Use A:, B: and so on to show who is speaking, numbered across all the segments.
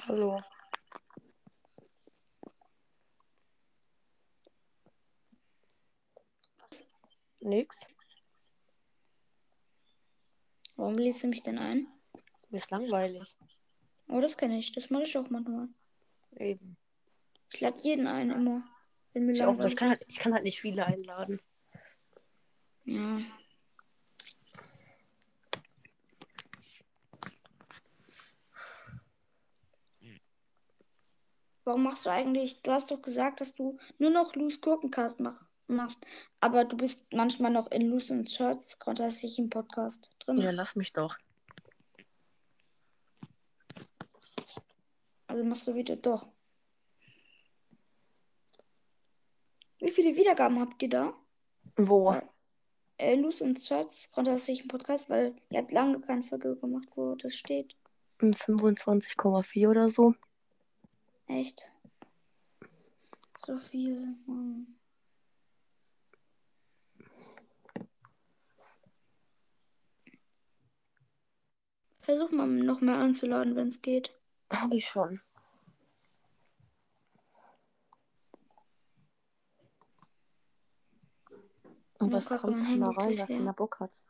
A: verloren.
B: Nix.
A: Warum lädst du mich denn ein?
B: Mir ist langweilig.
A: Oh, das kenne ich. Das mache ich auch manchmal.
B: Eben.
A: Ich lade jeden ein immer. Wenn mir
B: Ich, auch,
A: langweilig
B: ich, kann
A: ist.
B: halt, ich kann halt nicht viele einladen.
A: Ja. Warum machst du eigentlich? Du hast doch gesagt, dass du nur noch Loose Gurkencast mach, machst. Aber du bist manchmal noch in Loose und Shirts grundsätzlich im Podcast drin.
B: Ja, lass mich doch.
A: Also machst du wieder doch. Wie viele Wiedergaben habt ihr da?
B: Wo?
A: Ja. Äh, Loose und Shirts grundsätzlich im Podcast, weil ihr habt lange keine Folge gemacht, wo das steht.
B: 25,4 oder so.
A: Echt? So viel. ähm. Mann. Versuch mal noch mehr anzuladen, wenn es geht.
B: Habe ich schon. Und
A: Ja,
B: das
A: guck,
B: kommt
A: mein
B: schon mal
A: Handy
B: rein,
A: kriegt
B: dass
A: leer.
B: keiner Bock hat.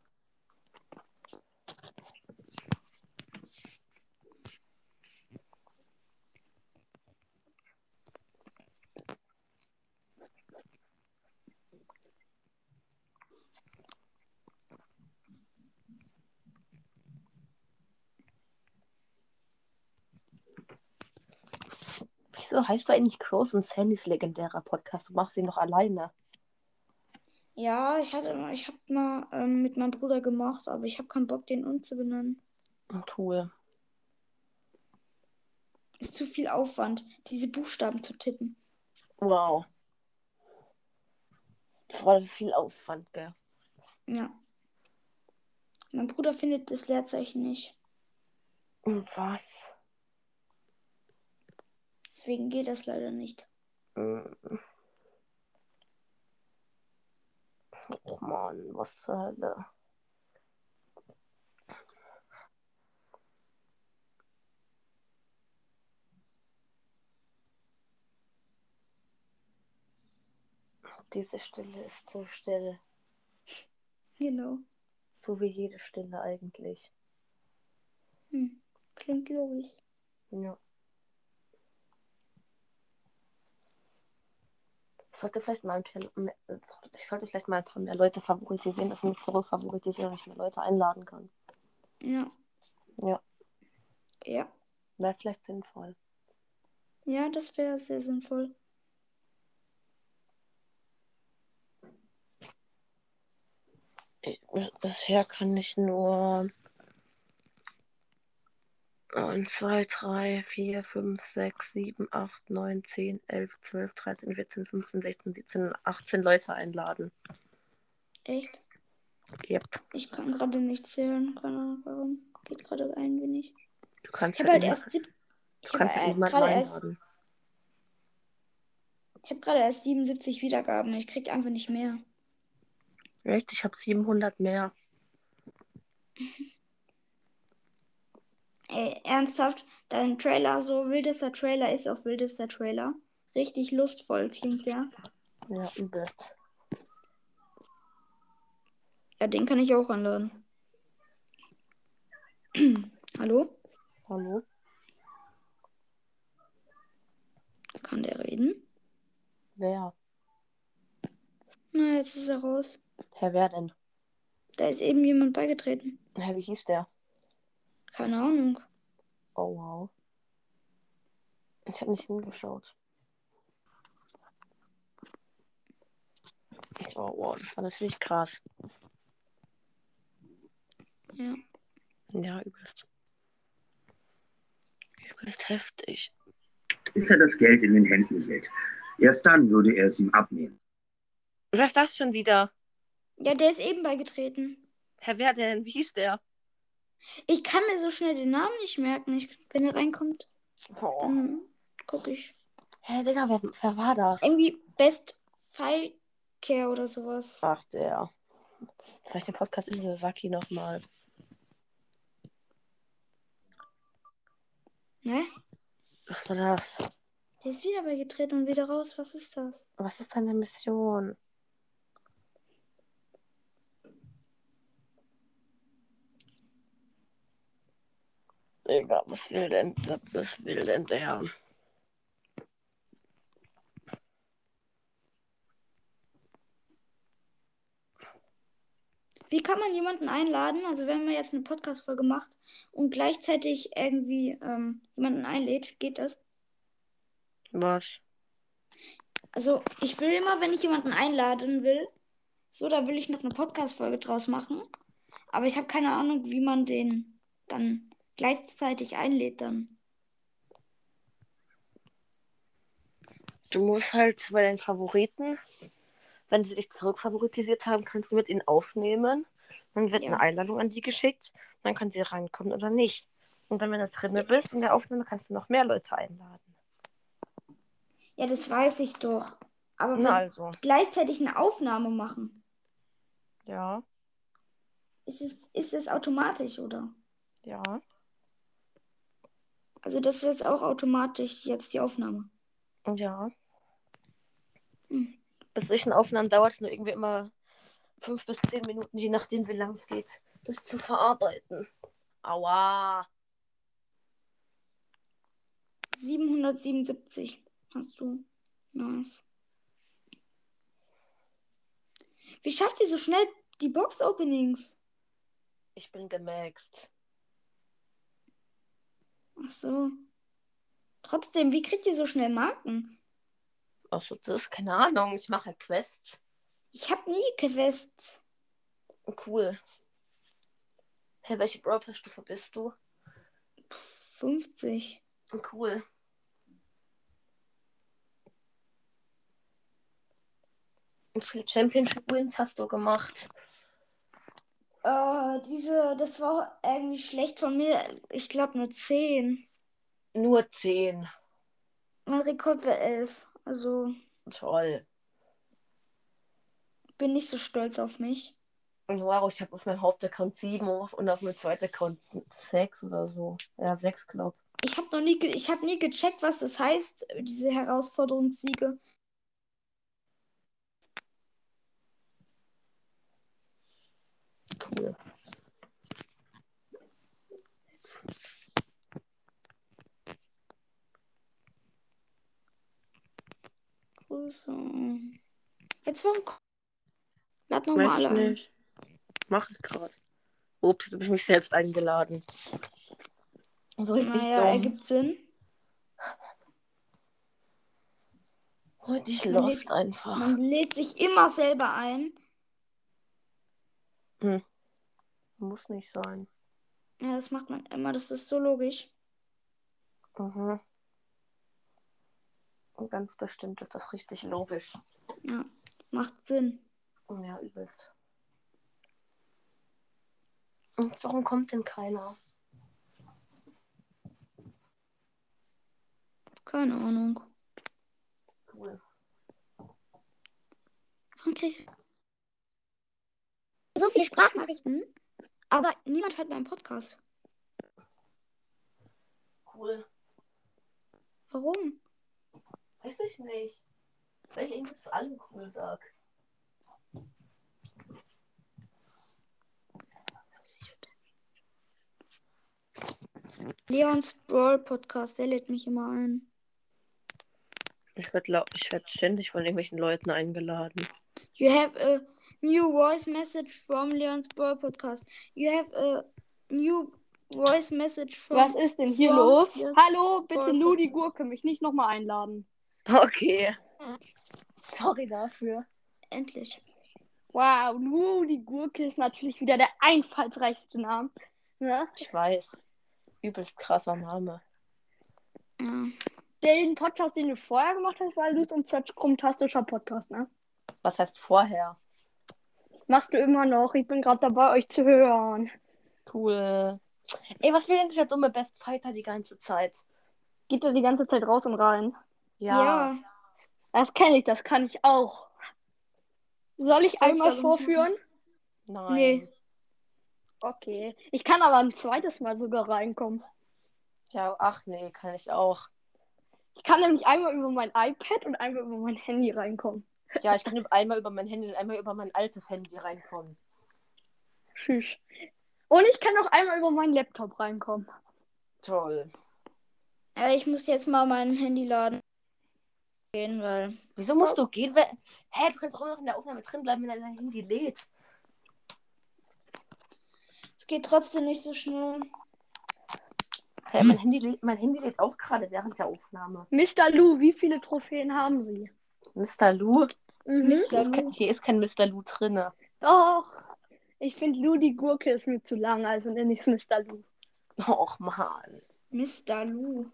B: Wieso heißt du eigentlich Crows und Sandys legendärer Podcast? Du machst ihn doch alleine.
A: Ja, ich hatte mal, ich hab mal ähm, mit meinem Bruder gemacht, aber ich habe keinen Bock, den umzubenennen.
B: Cool.
A: Ist zu viel Aufwand, diese Buchstaben zu tippen.
B: Wow. Voll viel Aufwand, gell?
A: Ja. Mein Bruder findet das Leerzeichen nicht.
B: Und was?
A: Deswegen geht das leider nicht.
B: Och Mann, was zur Hölle. Diese Stille ist so still.
A: Genau.
B: So wie jede Stille eigentlich.
A: Hm. Klingt logisch.
B: Ja. Ich sollte vielleicht mal ein, paar- mehr- ich sollte vielleicht mal ein paar mehr Leute favoritisieren, dass ich mich zurück favorisieren, dass ich mehr Leute einladen kann.
A: Ja.
B: Ja.
A: Ja.
B: Wäre vielleicht sinnvoll.
A: Ja, das wäre sehr sinnvoll.
B: Ich- Bisher kann ich nur 1, 2, 3, 4, 5, 6, 7, 8, 9, 10, 11, 12, 13, 14, 15, 16, 17, 18 Leute einladen.
A: Echt?
B: Yep.
A: Ich kann gerade nicht zählen. Keine Ahnung warum. Geht gerade ein wenig.
B: Du kannst
A: Ich habe halt
B: niemand-
A: erst sieb...
B: du
A: Ich habe
B: kannst halt
A: äh,
B: niemanden
A: gerade erst,
B: einladen.
A: ich hab gerade erst 77 Wiedergaben. Ich krieg einfach nicht mehr.
B: Echt? Ich habe 700 mehr.
A: Ey, ernsthaft, dein Trailer, so wildester Trailer ist auch wildester Trailer. Richtig lustvoll klingt der.
B: Ja, übelst.
A: Ja, den kann ich auch anladen. Hallo?
B: Hallo?
A: Kann der reden?
B: Wer?
A: Na, jetzt ist er raus.
B: Herr, wer denn?
A: Da ist eben jemand beigetreten.
B: Herr, wie hieß der?
A: Keine Ahnung.
B: Oh, wow. Ich habe nicht hingeschaut. Oh, wow, das war natürlich krass.
A: Ja.
B: Ja, übelst. Übelst heftig.
C: bis er das Geld in den Händen hält. Erst dann würde er es ihm abnehmen.
B: Was ist das schon wieder?
A: Ja, der ist eben beigetreten.
B: Herr, wer denn? Wie hieß der?
A: Ich kann mir so schnell den Namen nicht merken. Ich, wenn er reinkommt,
B: Oh.
A: dann gucke ich.
B: Hä, Digga, wer, wer war das?
A: Irgendwie Best Fallcare oder sowas.
B: Ach, der. Vielleicht im Podcast ist es Saki nochmal.
A: Ne?
B: Was war das?
A: Der ist wieder beigetreten und wieder raus. Was ist das?
B: Was ist deine Mission? Egal, was will denn, was will denn der?
A: Wie kann man jemanden einladen? Also wenn man jetzt eine Podcast-Folge macht und gleichzeitig irgendwie ähm, jemanden einlädt, geht das?
B: Was?
A: Also ich will immer, wenn ich jemanden einladen will, so, da will ich noch eine Podcast-Folge draus machen. Aber ich habe keine Ahnung, wie man den dann gleichzeitig einlädt dann.
B: Du musst halt bei deinen Favoriten, wenn sie dich zurückfavoritisiert haben, kannst du mit ihnen aufnehmen. Dann wird
A: Ja.
B: eine Einladung an sie geschickt. Dann können sie reinkommen oder nicht. Und dann, wenn du drinne bist in der Aufnahme, kannst du noch mehr Leute einladen.
A: Ja, das weiß ich doch. Aber
B: Na
A: man
B: also,
A: gleichzeitig eine Aufnahme machen.
B: ja,
A: Ist es, ist es automatisch, oder?
B: ja.
A: Also das ist auch automatisch jetzt die Aufnahme.
B: Ja.
A: Hm.
B: Bis solchen Aufnahmen dauert es nur irgendwie immer fünf bis zehn Minuten, je nachdem, wie lang es geht, das zu verarbeiten. Aua.
A: 777 hast du. Nice. Wie schafft ihr so schnell die Box-Openings?
B: Ich bin gemaxt.
A: Ach so. Trotzdem, wie kriegt ihr so schnell Marken?
B: Achso, das ist keine Ahnung. Ich mache halt Quests.
A: Ich habe nie Quests.
B: Cool. Hä, hey, welche Brawl Pass Stufe bist du?
A: 50.
B: Cool. Und viele Championship Wins hast du gemacht.
A: Äh, diese, das war irgendwie schlecht von mir. Ich glaube nur 10.
B: Nur zehn.
A: Mein Rekord war 11. Also
B: Toll.
A: bin nicht so stolz auf mich.
B: Und Wow, ich habe auf meinem Hauptaccount 7 und auf meinem zweiten Account 6 oder so. Ja, 6 glaub.
A: Ich habe noch nie, ge ich hab nie gecheckt, was das heißt, diese Herausforderungssiege.
B: Cool.
A: Grüße. Jetzt war ein Ko- Lad nochmal alle ein.
B: Mach ich gerade. Ups, du bist mich selbst eingeladen. So richtig
A: Naja,
B: dumm.
A: ergibt Sinn.
B: So richtig
A: Man
B: lost
A: lebt-
B: einfach.
A: Man lädt sich immer selber ein.
B: Muss nicht sein.
A: Ja, das macht man immer, das ist so logisch.
B: Mhm. Und ganz bestimmt ist das richtig logisch.
A: Ja, macht Sinn.
B: Ja, übelst. Und warum kommt denn keiner?
A: Keine Ahnung.
B: Cool.
A: Warum kriegst du so viele Sprachnachrichten? Aber niemand hört meinen Podcast.
B: Cool.
A: Warum?
B: Weiß ich nicht. Weil ich irgendwas zu allem cool sag.
A: Leons Brawl Podcast, der lädt mich immer ein.
B: Ich werde ich werd ständig von irgendwelchen Leuten eingeladen.
A: You have a new voice message from Leon's Brawl Podcast. You have a new voice message from.
D: Was ist denn hier
A: From-
D: los?
A: Yes.
D: Hallo, bitte
A: Voll
D: nur die
A: bitte.
D: Gurke, mich nicht nochmal einladen.
B: Okay. Sorry dafür.
A: Endlich.
D: Wow, nur die Gurke ist natürlich wieder der einfallsreichste Name. Ne?
B: Ich weiß. Übelst krasser Name.
A: Ja.
D: Den Podcast, den du vorher gemacht hast, war Lust und Search krummtastischer Podcast, ne?
B: Was heißt vorher?
D: Machst du immer noch. Ich bin gerade dabei, euch zu hören.
B: Cool. Ey, was will denn dieser dumme Best Fighter die ganze Zeit?
D: Geht er die ganze Zeit raus und rein?
A: Ja.
D: Das kenne ich, das kann ich auch. Soll ich
A: Sollst du
D: einmal
A: aber nicht
D: vorführen?
B: Nein.
A: Nee.
D: Okay. Ich kann aber ein zweites Mal sogar reinkommen.
B: Ja, ach nee, kann ich auch.
D: Ich kann nämlich einmal über mein iPad und einmal über mein Handy reinkommen.
B: Ja, ich kann einmal über mein Handy und einmal über mein altes Handy reinkommen.
D: Tschüss. Und ich kann auch einmal über meinen Laptop reinkommen.
B: Toll.
A: Äh, ich muss jetzt mal mein Handy laden gehen, weil.
B: Wieso musst du gehen? Weil... Hä, du kannst auch noch in der Aufnahme drin bleiben, wenn dein Handy lädt.
A: Es geht trotzdem nicht so schnell.
B: Hä, mein Handy lädt, mein Handy lädt auch gerade während der Aufnahme.
D: Mr. Lou, wie viele Trophäen haben Sie?
B: Mr. Lou?
D: Mhm.
A: Mr. Lu.
B: Hier ist kein Mr. Lou drinne.
D: Doch. Ich finde Lou die Gurke ist mir zu lang, also nenne ich es Mr. Lou.
B: Och, Mann.
A: Mr. Lu.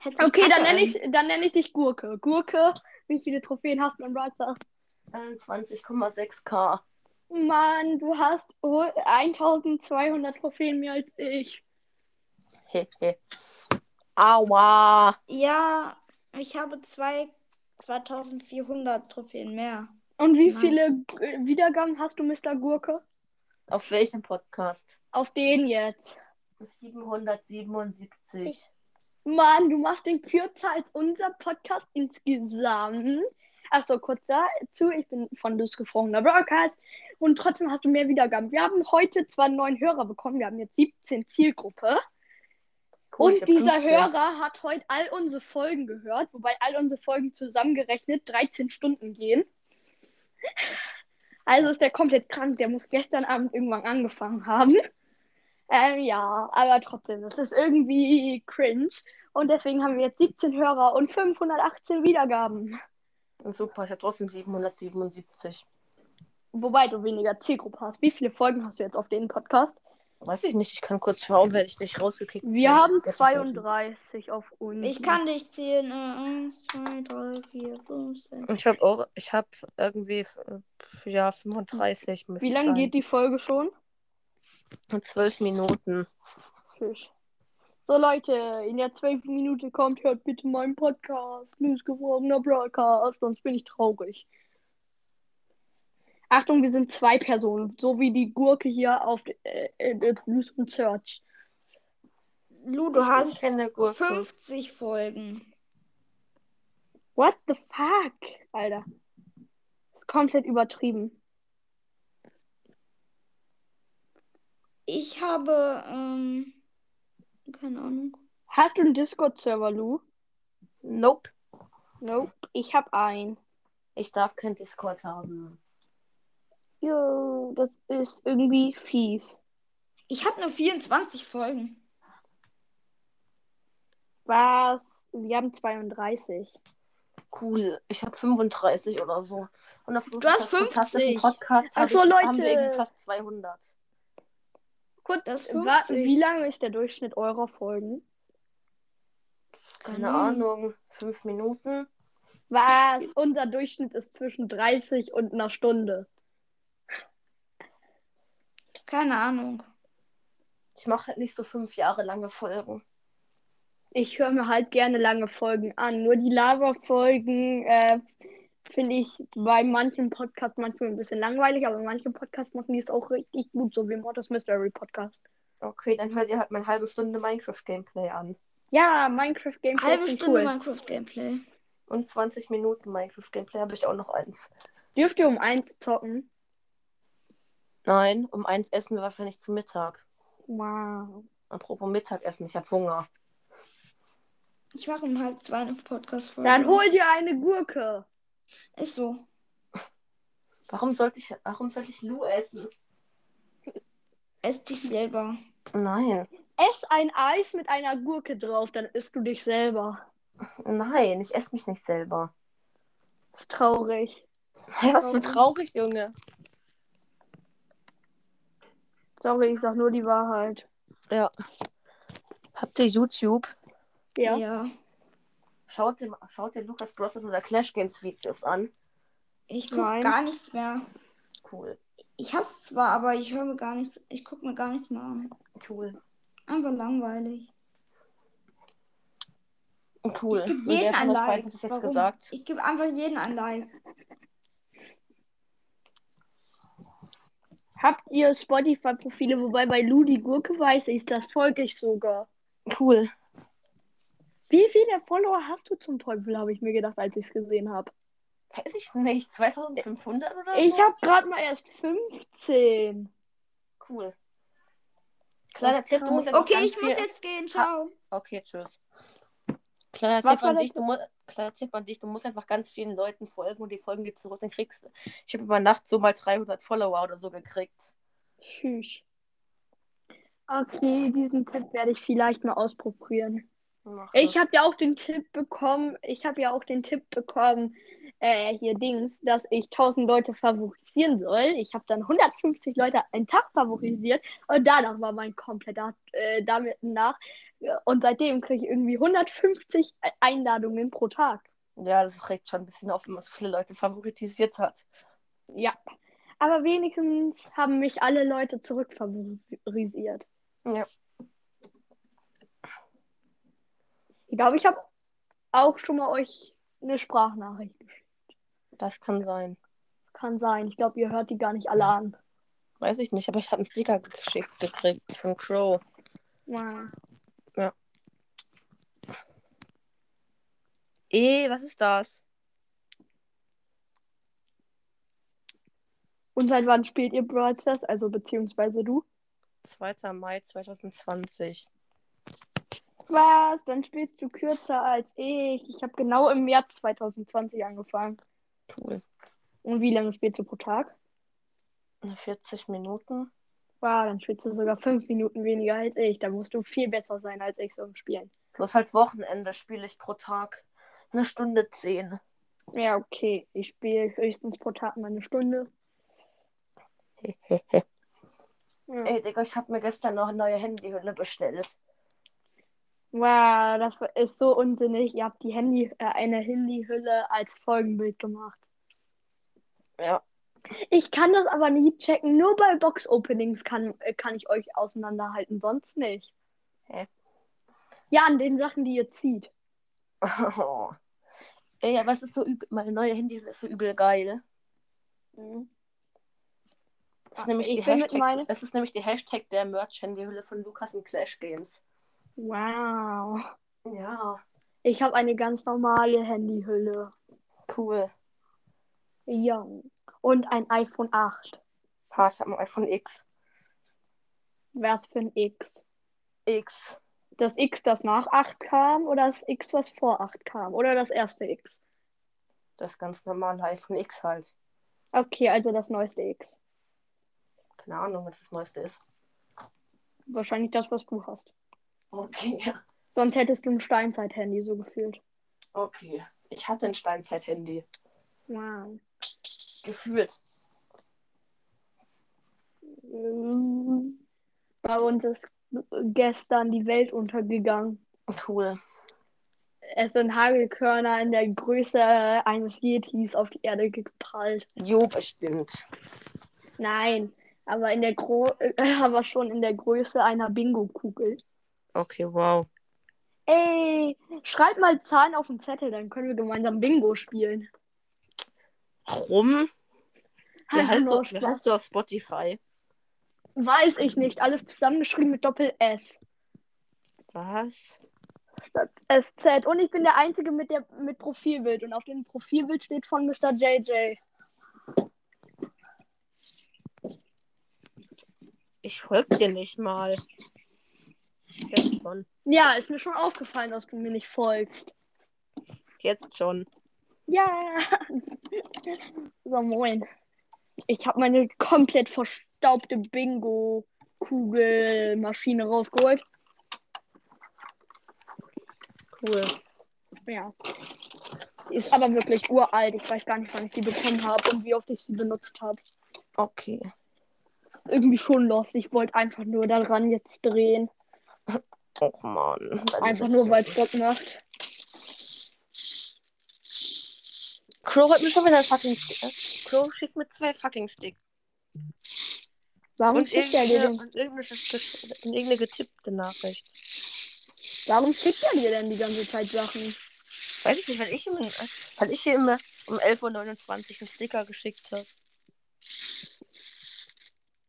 A: Hätte sich
D: Okay,
A: Kacke
D: dann nenne
A: an-
D: ich, dann nenne ich dich Gurke. Gurke, wie viele Trophäen hast du in Brawl Stars?
B: 21,6k.
D: Mann, du hast oh, 1200 Trophäen mehr als ich.
B: Hehe. Aua.
A: Ja, ich habe zwei 2400 Trophäen mehr.
D: Und wie
A: Mann.
D: viele äh, Wiedergaben hast du, Mr. Gurke?
B: Auf welchem Podcast?
D: Auf den jetzt.
B: 777.
D: Mann, du machst den kürzer als unser Podcast insgesamt. Achso, kurz dazu, ich bin von Durchgefrorener Broadcast und trotzdem hast du mehr Wiedergaben. Wir haben heute zwar neun Hörer bekommen, wir haben jetzt 17 Zielgruppe.
B: Cool, ich
D: und
B: hab
D: dieser
B: 15.
D: Hörer hat heute all unsere Folgen gehört, wobei all unsere Folgen zusammengerechnet 13 Stunden gehen. Also ist der komplett krank. Der muss gestern Abend irgendwann angefangen haben. Ähm, ja, aber trotzdem, das ist irgendwie cringe. Und deswegen haben wir jetzt 17 Hörer und 518 Wiedergaben.
B: Super, ich habe trotzdem 777.
D: Wobei du weniger Zielgruppe hast. Wie viele Folgen hast du jetzt auf den Podcast?
B: Weiß ich nicht, ich kann kurz schauen, werde ich nicht rausgekickt.
D: Wir
B: werde,
D: haben
B: ist das
D: 32 auf uns.
A: Ich kann dich zählen. Äh, Eins, zwei, drei, vier, fünf, sechs.
E: Ich habe auch, ich habe irgendwie, äh, ja, 35.
D: Wie lange geht die Folge schon?
E: die? 12 Minuten.
D: Fisch. So Leute, in der 12. Minute kommt, hört bitte meinen Podcast, losgewordener Broadcast, sonst bin ich traurig. Achtung, wir sind zwei Personen, so wie die Gurke hier auf äh, äh, äh, Blues und Search.
A: Lu, du
B: Ich
A: hast
B: kenne Gurke.
A: 50 Folgen.
D: What the fuck, Alter. Ist komplett übertrieben.
A: Ich habe, ähm, keine Ahnung.
D: Hast du einen Discord-Server, Lou?
B: Nope.
D: Nope, ich hab einen.
B: Ich darf kein Discord haben.
D: Jo, das ist irgendwie fies.
A: Ich habe nur 24 Folgen.
D: Was? Wir haben 32.
B: Cool. Ich habe 35 oder so. Und auf
A: Du hast 50.
B: Podcast
D: Ach
B: habe
D: so,
B: ich,
D: Leute.
B: haben wir irgendwie fast 200.
D: Kurz,
A: Das ist
D: wa-
A: 50.
D: wie lange ist der Durchschnitt eurer Folgen?
B: Keine
A: Mhm.
B: Ahnung. Fünf Minuten.
D: Was? Unser Durchschnitt ist zwischen 30 und einer Stunde.
A: Keine Ahnung.
B: Ich mache halt nicht so fünf Jahre lange Folgen.
D: Ich höre mir halt gerne lange Folgen an. Nur die Lava-Folgen äh, finde ich bei manchen Podcasts manchmal ein bisschen langweilig, aber manche Podcasts machen die es auch richtig gut, so wie Mortis Mystery Podcast.
B: Okay, dann hört ihr halt meine halbe Stunde Minecraft-Gameplay an.
D: Ja, Minecraft Gameplay
A: Halbe
D: ist
A: Stunde
D: cool.
A: Minecraft-Gameplay.
B: Und 20 Minuten Minecraft-Gameplay habe ich auch noch eins.
D: Dürft ihr um eins zocken?
B: Nein, um eins essen wir wahrscheinlich zu Mittag.
D: Wow.
B: Apropos Mittagessen, ich habe Hunger.
A: Ich mache um halb zwei eine Podcast-Folge.
D: Dann hol dir eine Gurke.
A: Ist so.
B: Warum sollte ich, warum sollte ich Lu essen?
A: Ess dich selber.
B: Nein,
D: Ess ein Eis mit einer Gurke drauf, dann isst du dich selber.
B: nein, ich esse mich nicht selber.
D: Ist traurig.
B: Hey, was für
A: Warum?
B: traurig, Junge.
D: Sorry, ich sag nur die Wahrheit.
E: Habt ihr YouTube?
D: Ja.
B: Schaut dir, schaut dir Lukas Bros. oder Clash Games Videos an.
A: Ich gucke
D: Nein.
A: gar nichts mehr.
B: Cool,
A: Ich hab's zwar, aber ich höre mir gar nichts. Ich gucke mir gar nichts mehr an.
B: cool,
A: Einfach langweilig.
B: cool.
A: Ich gebe
B: Und wer
A: jeden
B: von
A: ein
B: euch
A: Like.
B: beiden hat das jetzt
A: Warum?
B: gesagt?
A: Ich gebe einfach jeden ein Like.
D: Habt ihr Spotify-Profile? Wobei bei Ludi Gurke weiß ich, das folge ich sogar.
B: Cool.
D: Wie viele Follower hast du zum Teufel, habe ich mir gedacht, als ich es gesehen habe.
B: Weiß ich nicht. 2500 oder so?
D: Ich habe gerade mal erst 15.
B: Cool. Kleiner
E: Das
B: Tipp, du
E: kann-
B: musst jetzt
A: Okay,
B: ganz
A: ich muss
B: viel-
A: jetzt gehen. Ciao.
B: Okay, tschüss. Kleiner
D: Was
B: Tipp,
D: war
B: an
D: das
B: dich, du musst, kleiner Tipp an dich, du musst einfach ganz vielen Leuten folgen und die folgen dir zurück, dann kriegst du. Ich habe über Nacht so mal 300 Follower oder so gekriegt.
D: Tschüss. Okay, diesen Tipp werde ich vielleicht mal ausprobieren.
B: Mach
D: Ich
B: das.
D: habe ja auch den Tipp bekommen, ich habe ja auch den Tipp bekommen, äh, hier Dings, dass ich 1000 Leute favorisieren soll. Ich habe dann 150 Leute einen Tag favorisiert und danach war mein kompletter äh, damit nach. Und seitdem kriege ich irgendwie 150 Einladungen pro Tag.
B: Ja, das regt schon ein bisschen auf, wenn man so viele Leute favoritisiert hat.
D: Ja. Aber wenigstens haben mich alle Leute zurückfavorisiert.
B: Ja.
D: Ich glaube, ich habe auch schon mal euch eine Sprachnachricht geschickt.
B: Das kann sein.
D: Kann sein. Ich glaube, ihr hört die gar nicht alle an.
B: Weiß ich nicht, aber ich habe einen Sticker geschickt gekriegt von Crow.
D: Ja.
B: Eh, was ist das?
D: Und seit wann spielt ihr Brawl Stars? Also beziehungsweise du?
B: 2. Mai 2020.
D: Was? Dann spielst du kürzer als ich. Ich habe genau im März 2020 angefangen.
B: Cool.
D: Und wie lange spielst du pro Tag?
B: Na, 40 Minuten.
D: Wow, dann spielst du sogar fünf Minuten weniger als ich. Da musst du viel besser sein als ich so im Spielen.
B: Plus halt Wochenende spiele ich pro Tag. Eine Stunde 10.
D: Ja, okay. Ich spiele höchstens pro Tag mal eine Stunde. Ja.
B: Ey, Digga, ich habe mir gestern noch eine neue Handyhülle bestellt.
D: Wow, das ist so unsinnig. Ihr habt die Handy, äh, eine Handyhülle als Folgenbild gemacht.
B: Ja.
D: Ich kann das aber nie checken. Nur bei Box-Openings kann, äh, kann ich euch auseinanderhalten, sonst nicht.
B: Hä?
D: Ja, an den Sachen, die ihr zieht.
B: Ey, aber es ist so übel. Meine neue Handyhülle ist so übel geil. Das
D: Ah,
B: ist, nämlich
D: ich
B: die
D: bin mit
B: Hashtag,
D: meine-
B: das ist nämlich die Hashtag der Merch-Handyhülle von Lukas und Clash Games.
D: Wow.
B: Ja,
D: Ich habe eine ganz normale Handyhülle.
B: cool.
D: Ja. Und ein iPhone 8.
B: Ha, ich habe ein iPhone X.
D: Wär's für ein X?
B: X.
D: Das X, das nach 8 kam, oder das X, was vor 8 kam? Oder das erste X?
B: Das ganz normale iPhone X halt.
D: Okay, also das neueste X.
B: Keine Ahnung, was das neueste ist.
D: Wahrscheinlich das, was du hast.
B: Okay, ja.
D: Sonst hättest du ein Steinzeit-Handy so gefühlt.
B: Okay. Ich hatte ein Steinzeit-Handy.
D: Wow.
B: Gefühlt.
D: Ähm, Bei uns ist gestern die Welt untergegangen.
B: Cool.
D: Es sind Hagelkörner in der Größe eines Yetis auf die Erde geprallt.
B: Jo, bestimmt.
D: Nein, aber in der Gro äh, aber schon in der Größe einer Bingo-Kugel.
B: Okay, wow.
D: Ey, schreib mal Zahlen auf den Zettel, dann können wir gemeinsam Bingo spielen.
B: Warum? Wie
D: Einfach
B: heißt,
D: nur
B: du,
D: aus
B: wie
D: Spaß.
B: heißt du auf Spotify?
D: Weiß ich nicht. Alles zusammengeschrieben mit Doppel-S.
B: Was?
D: Statt SZ. Und ich bin der Einzige mit, der, mit Profilbild. Und auf dem Profilbild steht von Mr. JJ.
B: Ich folge dir nicht mal. Jetzt schon.
D: Ja, ist mir schon aufgefallen, dass du mir nicht folgst.
B: Jetzt schon.
D: Ja. So, moin. Ich habe meine komplett verstaubte Bingo-Kugelmaschine rausgeholt.
B: Cool.
D: Ja. Die ist aber wirklich uralt. Ich weiß gar nicht, wann ich die bekommen habe und wie oft ich sie benutzt habe.
B: Okay.
D: Irgendwie schon los. Ich wollte einfach nur daran jetzt drehen.
B: Och man.
D: Einfach nur, weil es Bock macht.
B: Crow hat mir schon wieder einen fucking Stick. äh, Crow schickt mir zwei fucking Sticks.
D: Warum
B: Und
D: schickt er dir
B: irgendeine,
D: denn?
B: und irgendeine, und irgendeine getippte Nachricht.
D: Warum schickt er dir denn die ganze Zeit Sachen?
B: Weiß ich nicht, weil ich ihm, äh, weil ich ihm äh, um 11.29 Uhr einen Sticker geschickt habe.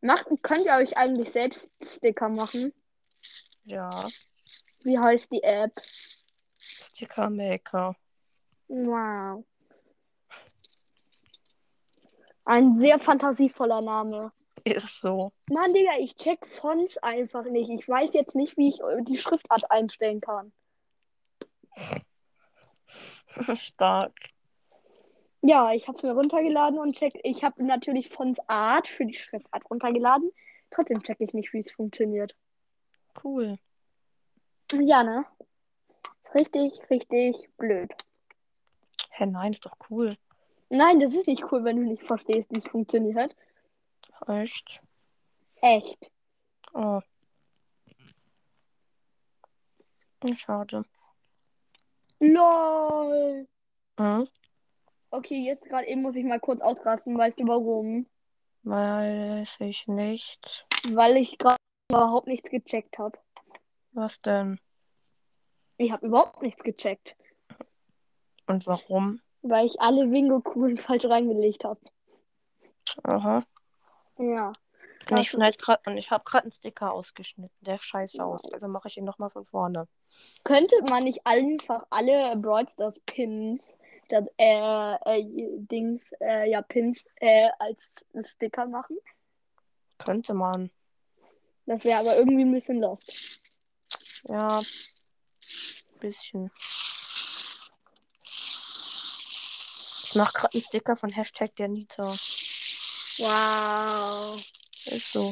D: Macht, könnt ihr euch eigentlich selbst Sticker machen?
B: Ja.
D: Wie heißt die App?
E: Magiker Maker.
D: Wow. Ein sehr fantasievoller Name.
E: Ist so.
D: Mann, Digga, ich check Fonts einfach nicht. Ich weiß jetzt nicht, wie ich äh, die Schriftart einstellen kann.
E: Stark.
D: Ja, ich hab's mir runtergeladen und check. Ich habe natürlich Fonts Art für die Schriftart runtergeladen. Trotzdem check ich nicht, wie es funktioniert.
E: Cool.
D: Ja, ne? Ist richtig, richtig blöd.
E: Hä, nein, ist doch cool.
D: Nein, das ist nicht cool, wenn du nicht verstehst, wie es funktioniert.
E: Echt?
D: Echt.
B: Ah.
E: Oh. Schade.
D: LOL.
E: Hm?
D: Okay, jetzt gerade eben muss ich mal kurz ausrasten. Weißt du warum?
E: Weiß ich nicht.
D: Weil ich gerade überhaupt nichts gecheckt habe.
E: Was denn?
D: Ich habe überhaupt nichts gecheckt.
E: Und warum?
D: Weil ich alle Bingo-Kugeln falsch reingelegt habe.
E: Aha.
D: Ja. Also,
E: Und
D: Hast
E: ich
D: du-
E: schneid grad und ich habe gerade einen Sticker ausgeschnitten. Der scheiße aus. Also mache ich ihn nochmal von vorne.
D: Könnte man nicht einfach alle Brawl Stars Pins, das, äh, äh, Dings, äh, ja, Pins, äh, als Sticker machen?
E: Könnte man.
D: Das wäre aber irgendwie ein bisschen lost.
E: Ja. Bisschen. Ich mache gerade einen Sticker von Hashtag der Nita.
D: Wow.
E: Ist so.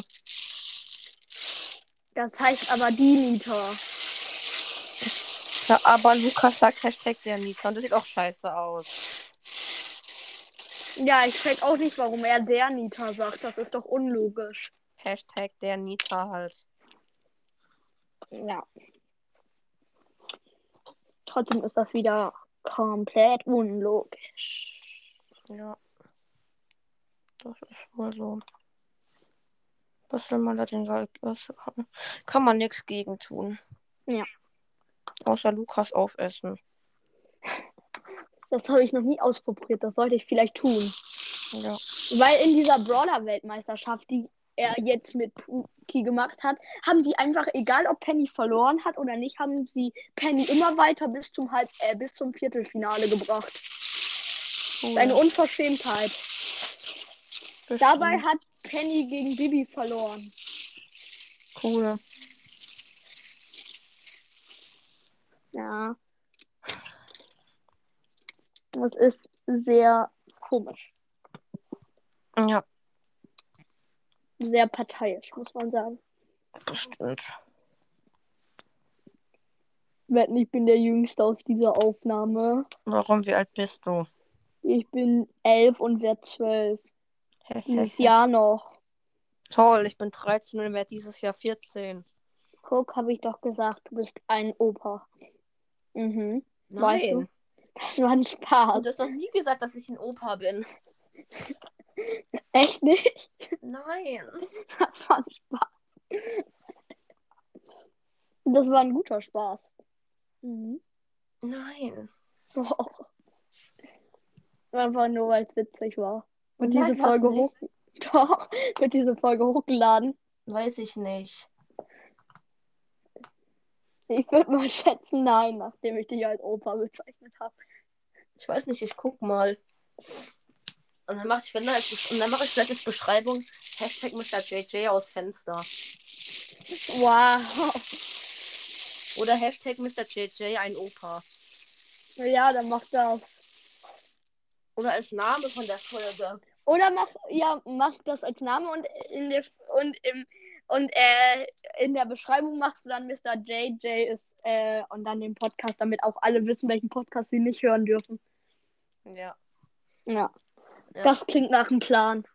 D: Das heißt aber die Liter.
E: Ja, aber Lukas sagt Hashtag der Nita und das sieht auch scheiße aus.
D: Ja, ich check auch nicht, warum er der Nita sagt. Das ist doch unlogisch.
E: Hashtag der Nita halt.
D: Ja. Trotzdem ist das wieder komplett unlogisch.
E: Ja. Das ist wohl so. Was soll man da denn sagen? Was kann man nichts gegen tun?
D: Ja.
E: Außer Lukas aufessen.
D: Das habe ich noch nie ausprobiert. Das sollte ich vielleicht tun.
E: Ja.
D: Weil in dieser Brawler-Weltmeisterschaft, die er jetzt mit Puki gemacht hat, haben die einfach, egal ob Penny verloren hat oder nicht, haben sie Penny immer weiter bis zum, Halb äh, bis zum Viertelfinale gebracht. Das ist eine Unverschämtheit.
E: Bestimmt.
D: Dabei hat Penny gegen Bibi verloren.
E: cool.
D: Ja. Das ist sehr komisch.
E: Ja,
D: Sehr parteiisch, muss man sagen.
E: bestimmt.
D: Wetten, ich bin der Jüngste aus dieser Aufnahme.
E: Warum, wie alt bist du?
D: Ich bin elf und werde zwölf.
E: Hä, hä,
D: Dieses
E: hä.
D: Jahr noch.
E: Toll, ich bin 13 und werde dieses Jahr 14.
D: Guck, habe ich doch gesagt, du bist ein Opa. Mhm. Weißt du? Das war ein
B: Und
D: Spaß.
B: du hast noch nie gesagt, dass ich ein Opa bin.
D: Echt nicht?
B: Nein.
D: Das war ein Spaß. Das war ein guter Spaß. Mhm.
B: Nein.
D: Oh. Einfach nur, weil es witzig war. Und
B: Nein,
D: diese
B: war's
D: Folge
B: nicht.
D: hoch. Doch, wird diese Folge hochgeladen.
B: Weiß ich nicht.
D: Ich würde mal schätzen, nein, nachdem ich dich als Opa bezeichnet habe.
B: Ich weiß nicht, ich guck mal. Und dann mache ich, wenn da jetzt- und dann mache ich vielleicht als Beschreibung Hashtag Mr. JJ aus Fenster.
D: Wow.
B: Oder Hashtag Mr. JJ ein Opa.
D: Ja, dann mach das.
B: Oder als Name von der Folge.
D: Oder mach, ja, mach das als Name und in der und im und äh, in der Beschreibung machst du dann Mr. JJ ist äh, und dann den Podcast, damit auch alle wissen, welchen Podcast sie nicht hören dürfen.
B: Ja.
D: Ja.
B: Ja.
D: Das klingt nach einem Plan.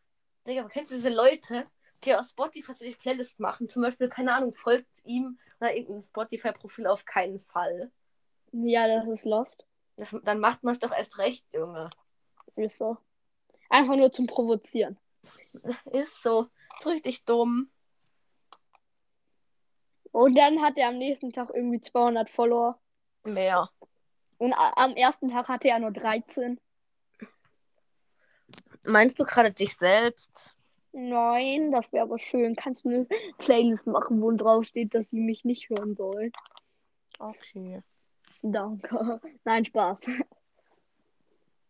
B: Digga, aber kennst du diese Leute, die auf Spotify sich Playlist machen? Zum Beispiel, keine Ahnung, folgt ihm oder irgendeinem Spotify-Profil auf keinen Fall.
D: Ja, das ist lost.
B: Das, dann macht man es doch erst recht, Junge.
D: Ist so. Einfach nur zum Provozieren.
B: Ist so. Ist richtig dumm.
D: Und dann hat er am nächsten Tag irgendwie 200 Follower.
B: Mehr.
D: Und a- am ersten Tag hatte er nur 13.
B: Meinst du gerade dich selbst?
D: Nein, das wäre aber schön. Kannst du eine Playlist machen, wo drauf steht, dass sie mich nicht hören sollen?
E: Okay.
D: Danke. Nein, Spaß.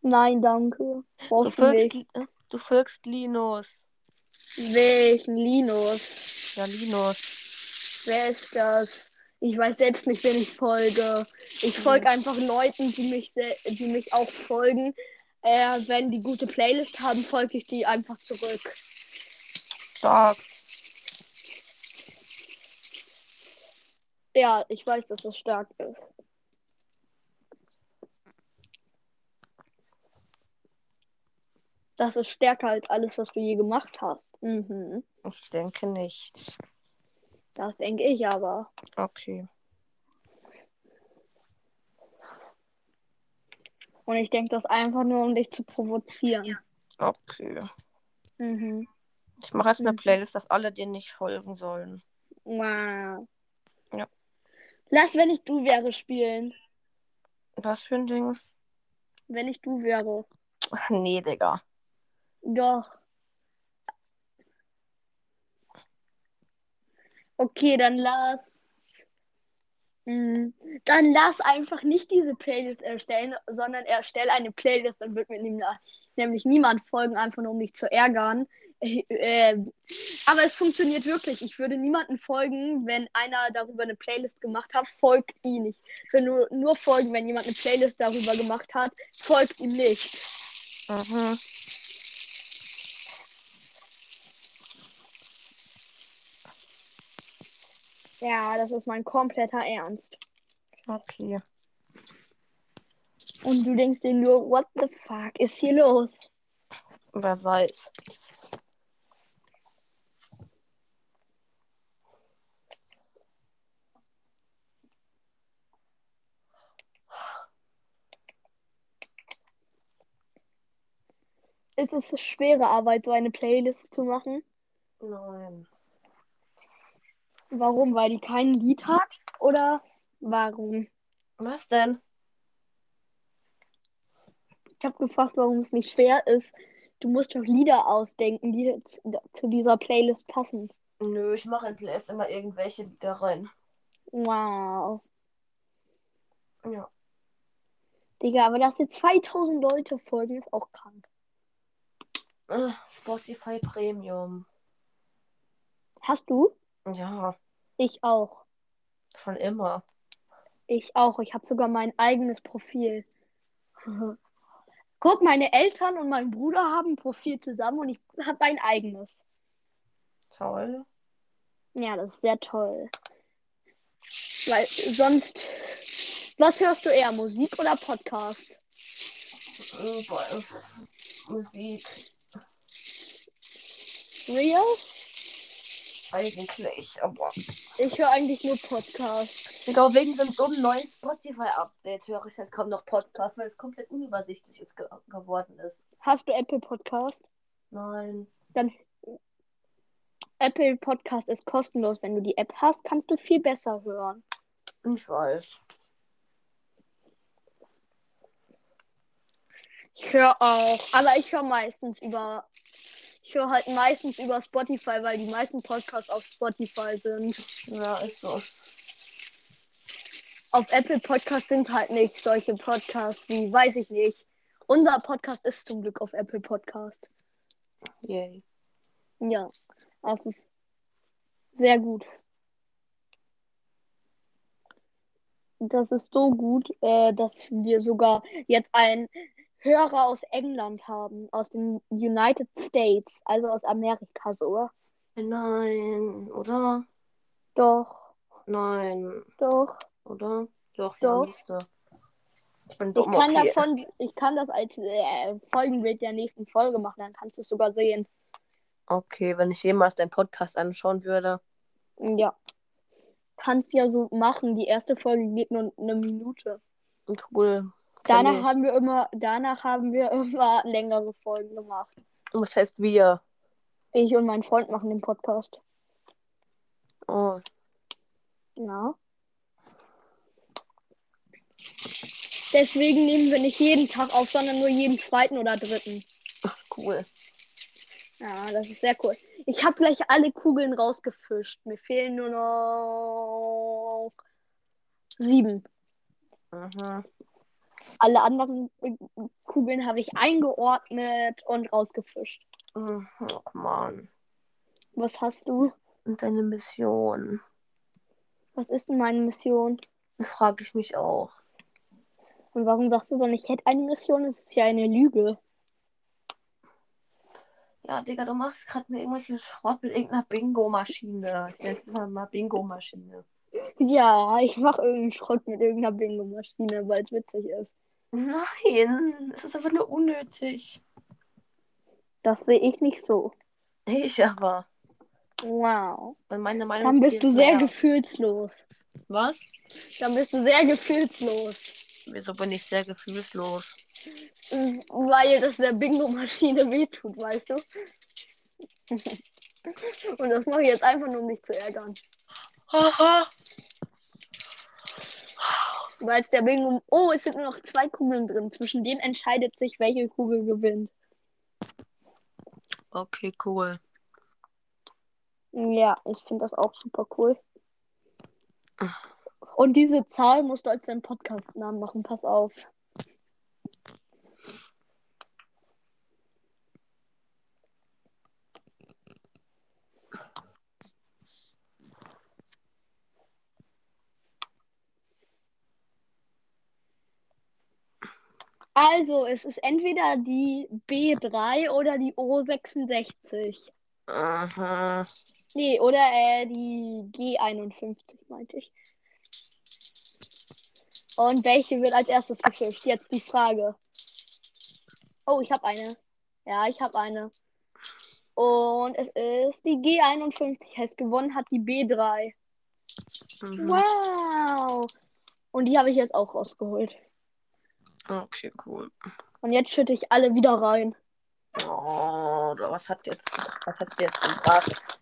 D: Nein, danke.
E: Du
D: Brauchst du
E: folgst, äh,
D: nicht.
E: du folgst Linus.
D: Welchen Linus?
E: Ja, Linus.
D: Wer ist das? Ich weiß selbst nicht, wen ich folge. Ich folge einfach Leuten, die mich, se- die mich auch folgen. Äh, wenn die gute Playlist haben, folge ich die einfach zurück.
E: Stark.
D: Ja, ich weiß, dass das stark ist. Das ist stärker als alles, was du je gemacht hast. Mhm.
E: Ich denke nicht.
D: Das denke ich aber.
E: Okay.
D: Und ich denke das einfach nur, um dich zu provozieren.
E: Okay.
D: Mhm.
E: Ich mache jetzt eine
D: Mhm.
E: Playlist, dass alle dir nicht folgen sollen.
D: Wow.
E: Ja.
D: Lass, wenn ich du wäre, spielen.
E: Was für ein Ding?
D: Wenn ich du wäre.
E: Ach, nee, Digga.
D: Doch. Okay, dann lass. Mm, Dann lass einfach nicht diese Playlist erstellen, sondern erstell eine Playlist, dann wird mir niemand- nämlich niemand folgen, einfach nur um dich zu ärgern. Äh, äh, aber es funktioniert wirklich. Ich würde niemandem folgen, wenn einer darüber eine Playlist gemacht hat, folgt ihn nicht. Ich würde nur, nur folgen, wenn jemand eine Playlist darüber gemacht hat, folgt ihm nicht.
E: Mhm.
D: Ja, das ist mein kompletter Ernst.
E: Okay.
D: Und du denkst dir nur, what the fuck ist hier los?
E: Wer weiß.
D: Ist es schwere Arbeit, so eine Playlist zu machen?
E: Nein.
D: Warum? Weil die kein Lied hat? Oder warum?
E: Was denn?
D: Ich habe gefragt, warum es nicht schwer ist. Du musst doch Lieder ausdenken, die jetzt zu dieser Playlist passen.
E: Nö, ich mache in Playlist immer irgendwelche Lieder rein.
D: Wow.
E: Ja.
D: Digga, aber dass jetzt 2000 Leute folgen, ist auch krank.
E: Ah, Spotify Premium.
D: Hast du?
E: Ja,
D: Ich auch.
E: schon immer.
D: Ich auch. Ich habe sogar mein eigenes Profil. Guck, meine Eltern und mein Bruder haben ein Profil zusammen und ich habe ein eigenes.
E: Toll.
D: Ja, das ist sehr toll. Weil sonst, was hörst du eher, Musik oder Podcast?
E: Äh, bei- Musik
D: Real?
E: eigentlich, aber.
D: Ich höre eigentlich nur Podcast.
B: Genau wegen dem dummen neuen Spotify-Update höre ich halt kaum noch Podcasts, weil es komplett unübersichtlich jetzt ge geworden ist.
D: Hast du Apple Podcast?
B: Nein.
D: Apple Podcast ist kostenlos. Wenn du die App hast, kannst du viel besser hören.
E: Ich weiß.
D: Ich höre auch, aber ich höre meistens über, ich höre halt meistens über Spotify, weil die meisten Podcasts auf Spotify sind.
E: Ja, ist so.
D: Auf Apple Podcasts sind halt nicht solche Podcasts wie, weiß ich nicht. Unser Podcast ist zum Glück auf Apple Podcast.
E: Yay.
D: Ja, das ist sehr gut. Das ist so gut, äh, dass wir sogar jetzt einen Hörer aus England haben, aus den United States, also aus Amerika sogar.
E: Nein, oder?
D: Doch,
E: Nein,
D: doch.
E: oder? Doch, ja,
D: Doch.
E: nächste. Ich bin
D: Ich
E: dumm,
D: kann
E: okay.
D: davon, ich kann das als äh, Folgenbild der nächsten Folge machen, dann kannst du es sogar sehen.
E: Okay, wenn ich jemals deinen Podcast anschauen würde.
D: Ja. Kannst ja so machen. Die erste Folge geht nur eine Minute.
E: Cool. Kenn
D: Danach
E: ich.
D: haben wir immer, danach haben wir immer längere Folgen gemacht.
E: Was heißt wir?
D: Ich und mein Freund machen den Podcast.
E: Oh,
D: Ja. Deswegen nehmen wir nicht jeden Tag auf, sondern nur jeden zweiten oder dritten.
E: cool.
D: Ja, das ist sehr cool. Ich habe gleich alle Kugeln rausgefischt. Mir fehlen nur noch sieben.
E: Mhm,
B: Aha.
D: Alle anderen äh, Kugeln habe ich eingeordnet und rausgefischt.
E: Mhm, Oh Mann.
D: Was hast du?
E: Und deine Mission.
D: Was ist denn meine Mission?
E: Frage ich mich auch.
D: Und warum sagst du dann, ich hätte eine Mission? Das ist ja eine Lüge.
B: Ja, Digga, du machst gerade eine irgendwelche Schrott mit irgendeiner Bingo-Maschine. Ich nenne es mal, mal Bingo-Maschine.
D: Ja, ich mache irgendeinen Schrott mit irgendeiner Bingo-Maschine, weil es witzig ist.
B: Nein, es ist einfach nur unnötig.
D: Das sehe ich nicht so.
B: Ich aber.
D: Wow.
B: Bei meiner Meinung
D: Dann bist
B: zählt
D: du sehr
B: nur-
D: gefühlslos.
B: Was?
D: Dann bist du sehr gefühlslos.
B: Wieso bin ich sehr gefühlslos?
D: Mhm, Weil das der Bingo-Maschine wehtut, weißt du? Und das mache ich jetzt einfach nur, um dich zu ärgern.
B: Aha.
D: Weil es der Bingo. Oh, es sind nur noch zwei Kugeln drin. Zwischen denen entscheidet sich, welche Kugel gewinnt.
B: Okay, cool.
D: Ja, ich finde das auch super cool. Und diese Zahl musst du als deinen Podcast-Namen machen. Pass auf. Also, es ist entweder die B3 oder die O66.
B: Aha.
D: Nee, oder äh, die G51, meinte ich. Und welche wird als erstes gefischt? Jetzt die Frage. Oh, ich habe eine. Ja, ich habe eine. Und es ist die G51. Heißt, gewonnen hat die B3.
B: Mhm.
D: Wow! Und die habe ich jetzt auch rausgeholt.
B: Okay, cool.
D: Und jetzt schütte ich alle wieder rein.
B: Oh, was habt ihr jetzt, was habt ihr jetzt gesagt?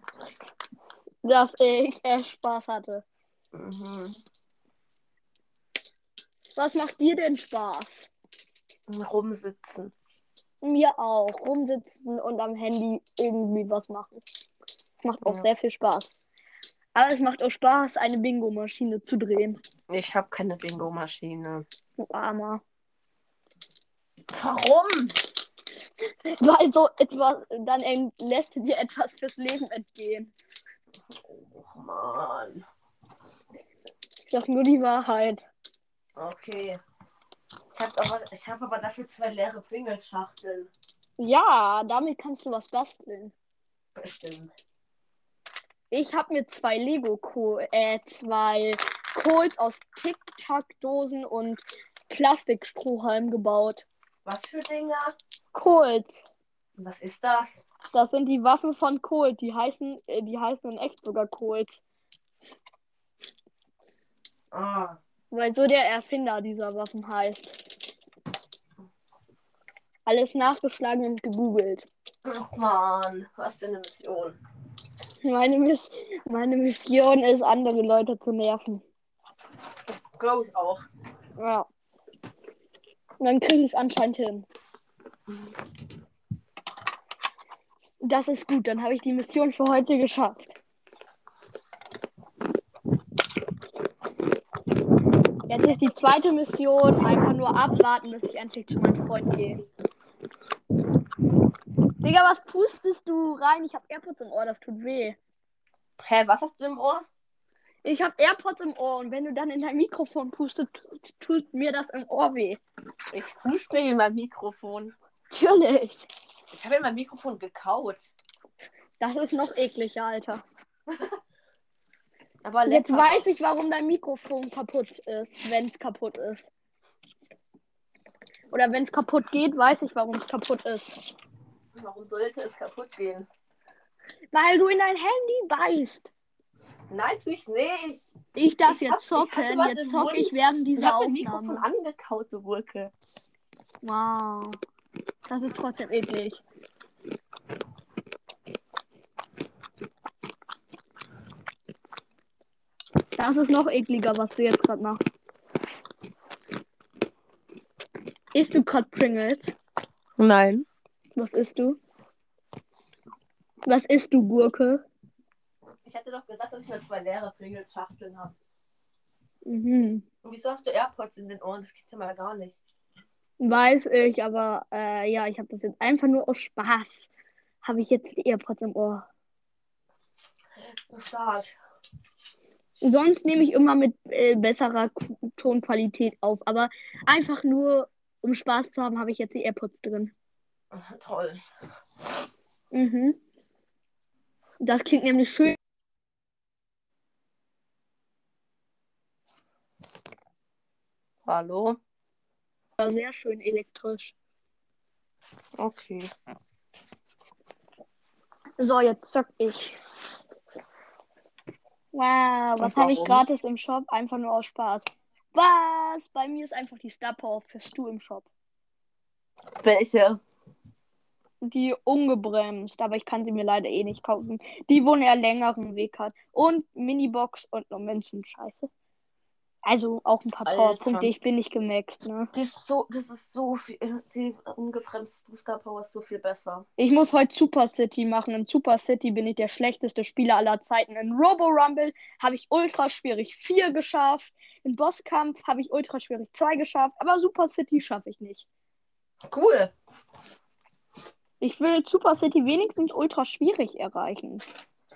D: Dass ich echt Spaß hatte.
B: Mhm.
D: Was macht dir denn Spaß?
B: Rumsitzen.
D: Mir auch. Rumsitzen und am Handy irgendwie was machen. Es macht auch
B: Ja.
D: sehr viel Spaß. Aber es macht auch Spaß, eine Bingo-Maschine zu drehen.
B: Ich habe keine Bingo-Maschine.
D: Du Armer.
B: Warum?
D: Weil so Also, etwas, dann ent- lässt dir etwas fürs Leben entgehen.
B: Oh Mann.
D: Ich sag nur die Wahrheit.
B: Okay. Ich habe aber, ich hab aber dafür zwei leere Pringelschachteln.
D: Ja, damit kannst du was basteln.
B: Bestimmt.
D: Ich habe mir zwei Lego Co äh, zwei Kohls aus Tic-Tac-Dosen und Plastikstrohhalm gebaut.
B: Was für Dinger?
D: Kohls.
B: Was ist das?
D: Das sind die Waffen von Colt. Die heißen, äh, die heißen in echt sogar Colt.
B: Ah.
D: Weil so der Erfinder dieser Waffen heißt. Alles nachgeschlagen und gegoogelt.
B: Ach Mann, was denn eine Mission?
D: Meine, Miss meine Mission ist, andere Leute zu nerven.
B: Glaube ich auch.
D: Ja. Und dann kriege ich es anscheinend hin. Das ist gut, dann habe ich die Mission für heute geschafft. Jetzt ist die zweite Mission, einfach nur abwarten, bis ich endlich zu meinem Freund gehe. Digga, was pustest du rein? Ich habe AirPods im Ohr, das tut weh.
B: Hä, was hast du im Ohr?
D: Ich habe AirPods im Ohr und wenn du dann in dein Mikrofon pustest, tut, tut mir das im Ohr weh.
B: Ich huste in mein Mikrofon.
D: Natürlich.
B: Ich habe in mein Mikrofon gekaut.
D: Das ist noch ekliger, Alter.
B: Aber
D: Jetzt
B: lecker.
D: weiß ich, warum dein Mikrofon kaputt ist, wenn es kaputt ist. Oder wenn es kaputt geht, weiß ich, warum es kaputt ist.
B: Warum sollte es kaputt gehen?
D: Weil du in dein Handy beißt.
B: Nein, tue ich nicht.
D: Ich darf
B: Ich hab-
D: jetzt
B: ich hatte
D: zocken.
B: was im
D: jetzt zocke ich
B: Mund.
D: während
B: Ich
D: dieser
B: habe mein Mikrofon
D: Aufnahme.
B: angekaut, du Gurke.
D: Wow. Das ist trotzdem eklig. Das ist noch ekliger, was du jetzt gerade machst. Isst du gerade Pringles?
E: Nein.
D: Was isst du? Was isst du, Gurke?
B: Ich hatte doch gesagt, dass ich nur zwei leere Pringles-Schachteln habe.
D: Mhm.
B: Und wieso hast du AirPods in den Ohren? Das geht ja mal gar nicht.
D: Weiß ich, aber äh, ja, ich habe das jetzt einfach nur aus Spaß. Habe ich jetzt die AirPods im Ohr.
B: So stark.
D: Sonst nehme ich immer mit äh, besserer Ku- Tonqualität auf, aber einfach nur, um Spaß zu haben, habe ich jetzt die AirPods drin.
B: Toll.
D: Mhm. Das klingt nämlich schön.
E: Hallo?
D: aber Sehr schön elektrisch.
E: Okay.
D: So, jetzt zock ich. Wow, was
E: Und
D: habe ich
E: warum?
D: gratis im Shop? Einfach nur aus Spaß. Was? Bei mir ist einfach die Star Power für Stu im Shop.
B: Welche?
D: Die ungebremst, aber ich kann sie mir leider eh nicht kaufen. Die, wo einen eher längeren Weg hat. Und Minibox und noch Münzen. Scheiße. Also auch ein paar
B: Alter.
D: Powerpunkte. Ich bin nicht gemaxt, ne?
B: Die ist so, das ist so viel. Die ungebremste Star Power ist so viel besser.
D: Ich muss heute Super City machen. In Super City bin ich der schlechteste Spieler aller Zeiten. In Robo Rumble habe ich ultra schwierig 4 geschafft. In Bosskampf habe ich ultra schwierig 2 geschafft. Aber Super City schaffe ich nicht.
B: Cool.
D: Ich will Super City wenigstens ultra schwierig erreichen.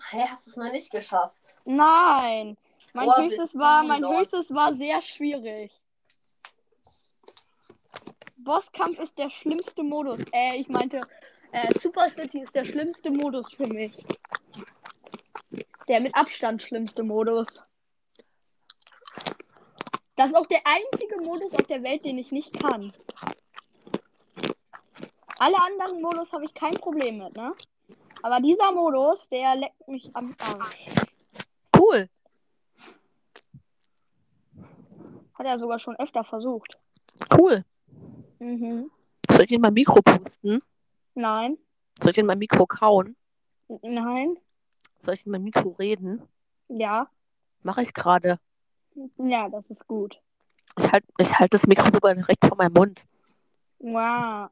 B: Hä, hast du es noch nicht geschafft?
D: Nein. Mein
B: Boah, bist
D: höchstes
B: du
D: war, mein
B: los.
D: höchstes war sehr schwierig. Bosskampf ist der schlimmste Modus. Äh, ich meinte, äh, Super City ist der schlimmste Modus für mich. Der mit Abstand schlimmste Modus. Das ist auch der einzige Modus auf der Welt, den ich nicht kann. Alle anderen Modus habe ich kein Problem mit, ne? Aber dieser Modus, der leckt mich am Arsch.
E: Cool.
D: Hat er sogar schon öfter versucht.
E: Cool.
D: Mhm.
E: Soll ich in mein Mikro pusten?
D: Nein.
E: Soll ich in mein Mikro kauen?
D: N- Nein.
E: Soll ich in mein Mikro reden?
D: Ja.
E: Mache ich gerade.
D: Ja, das ist gut.
E: Ich halte ich halt das Mikro sogar direkt vor meinem Mund.
D: Wow.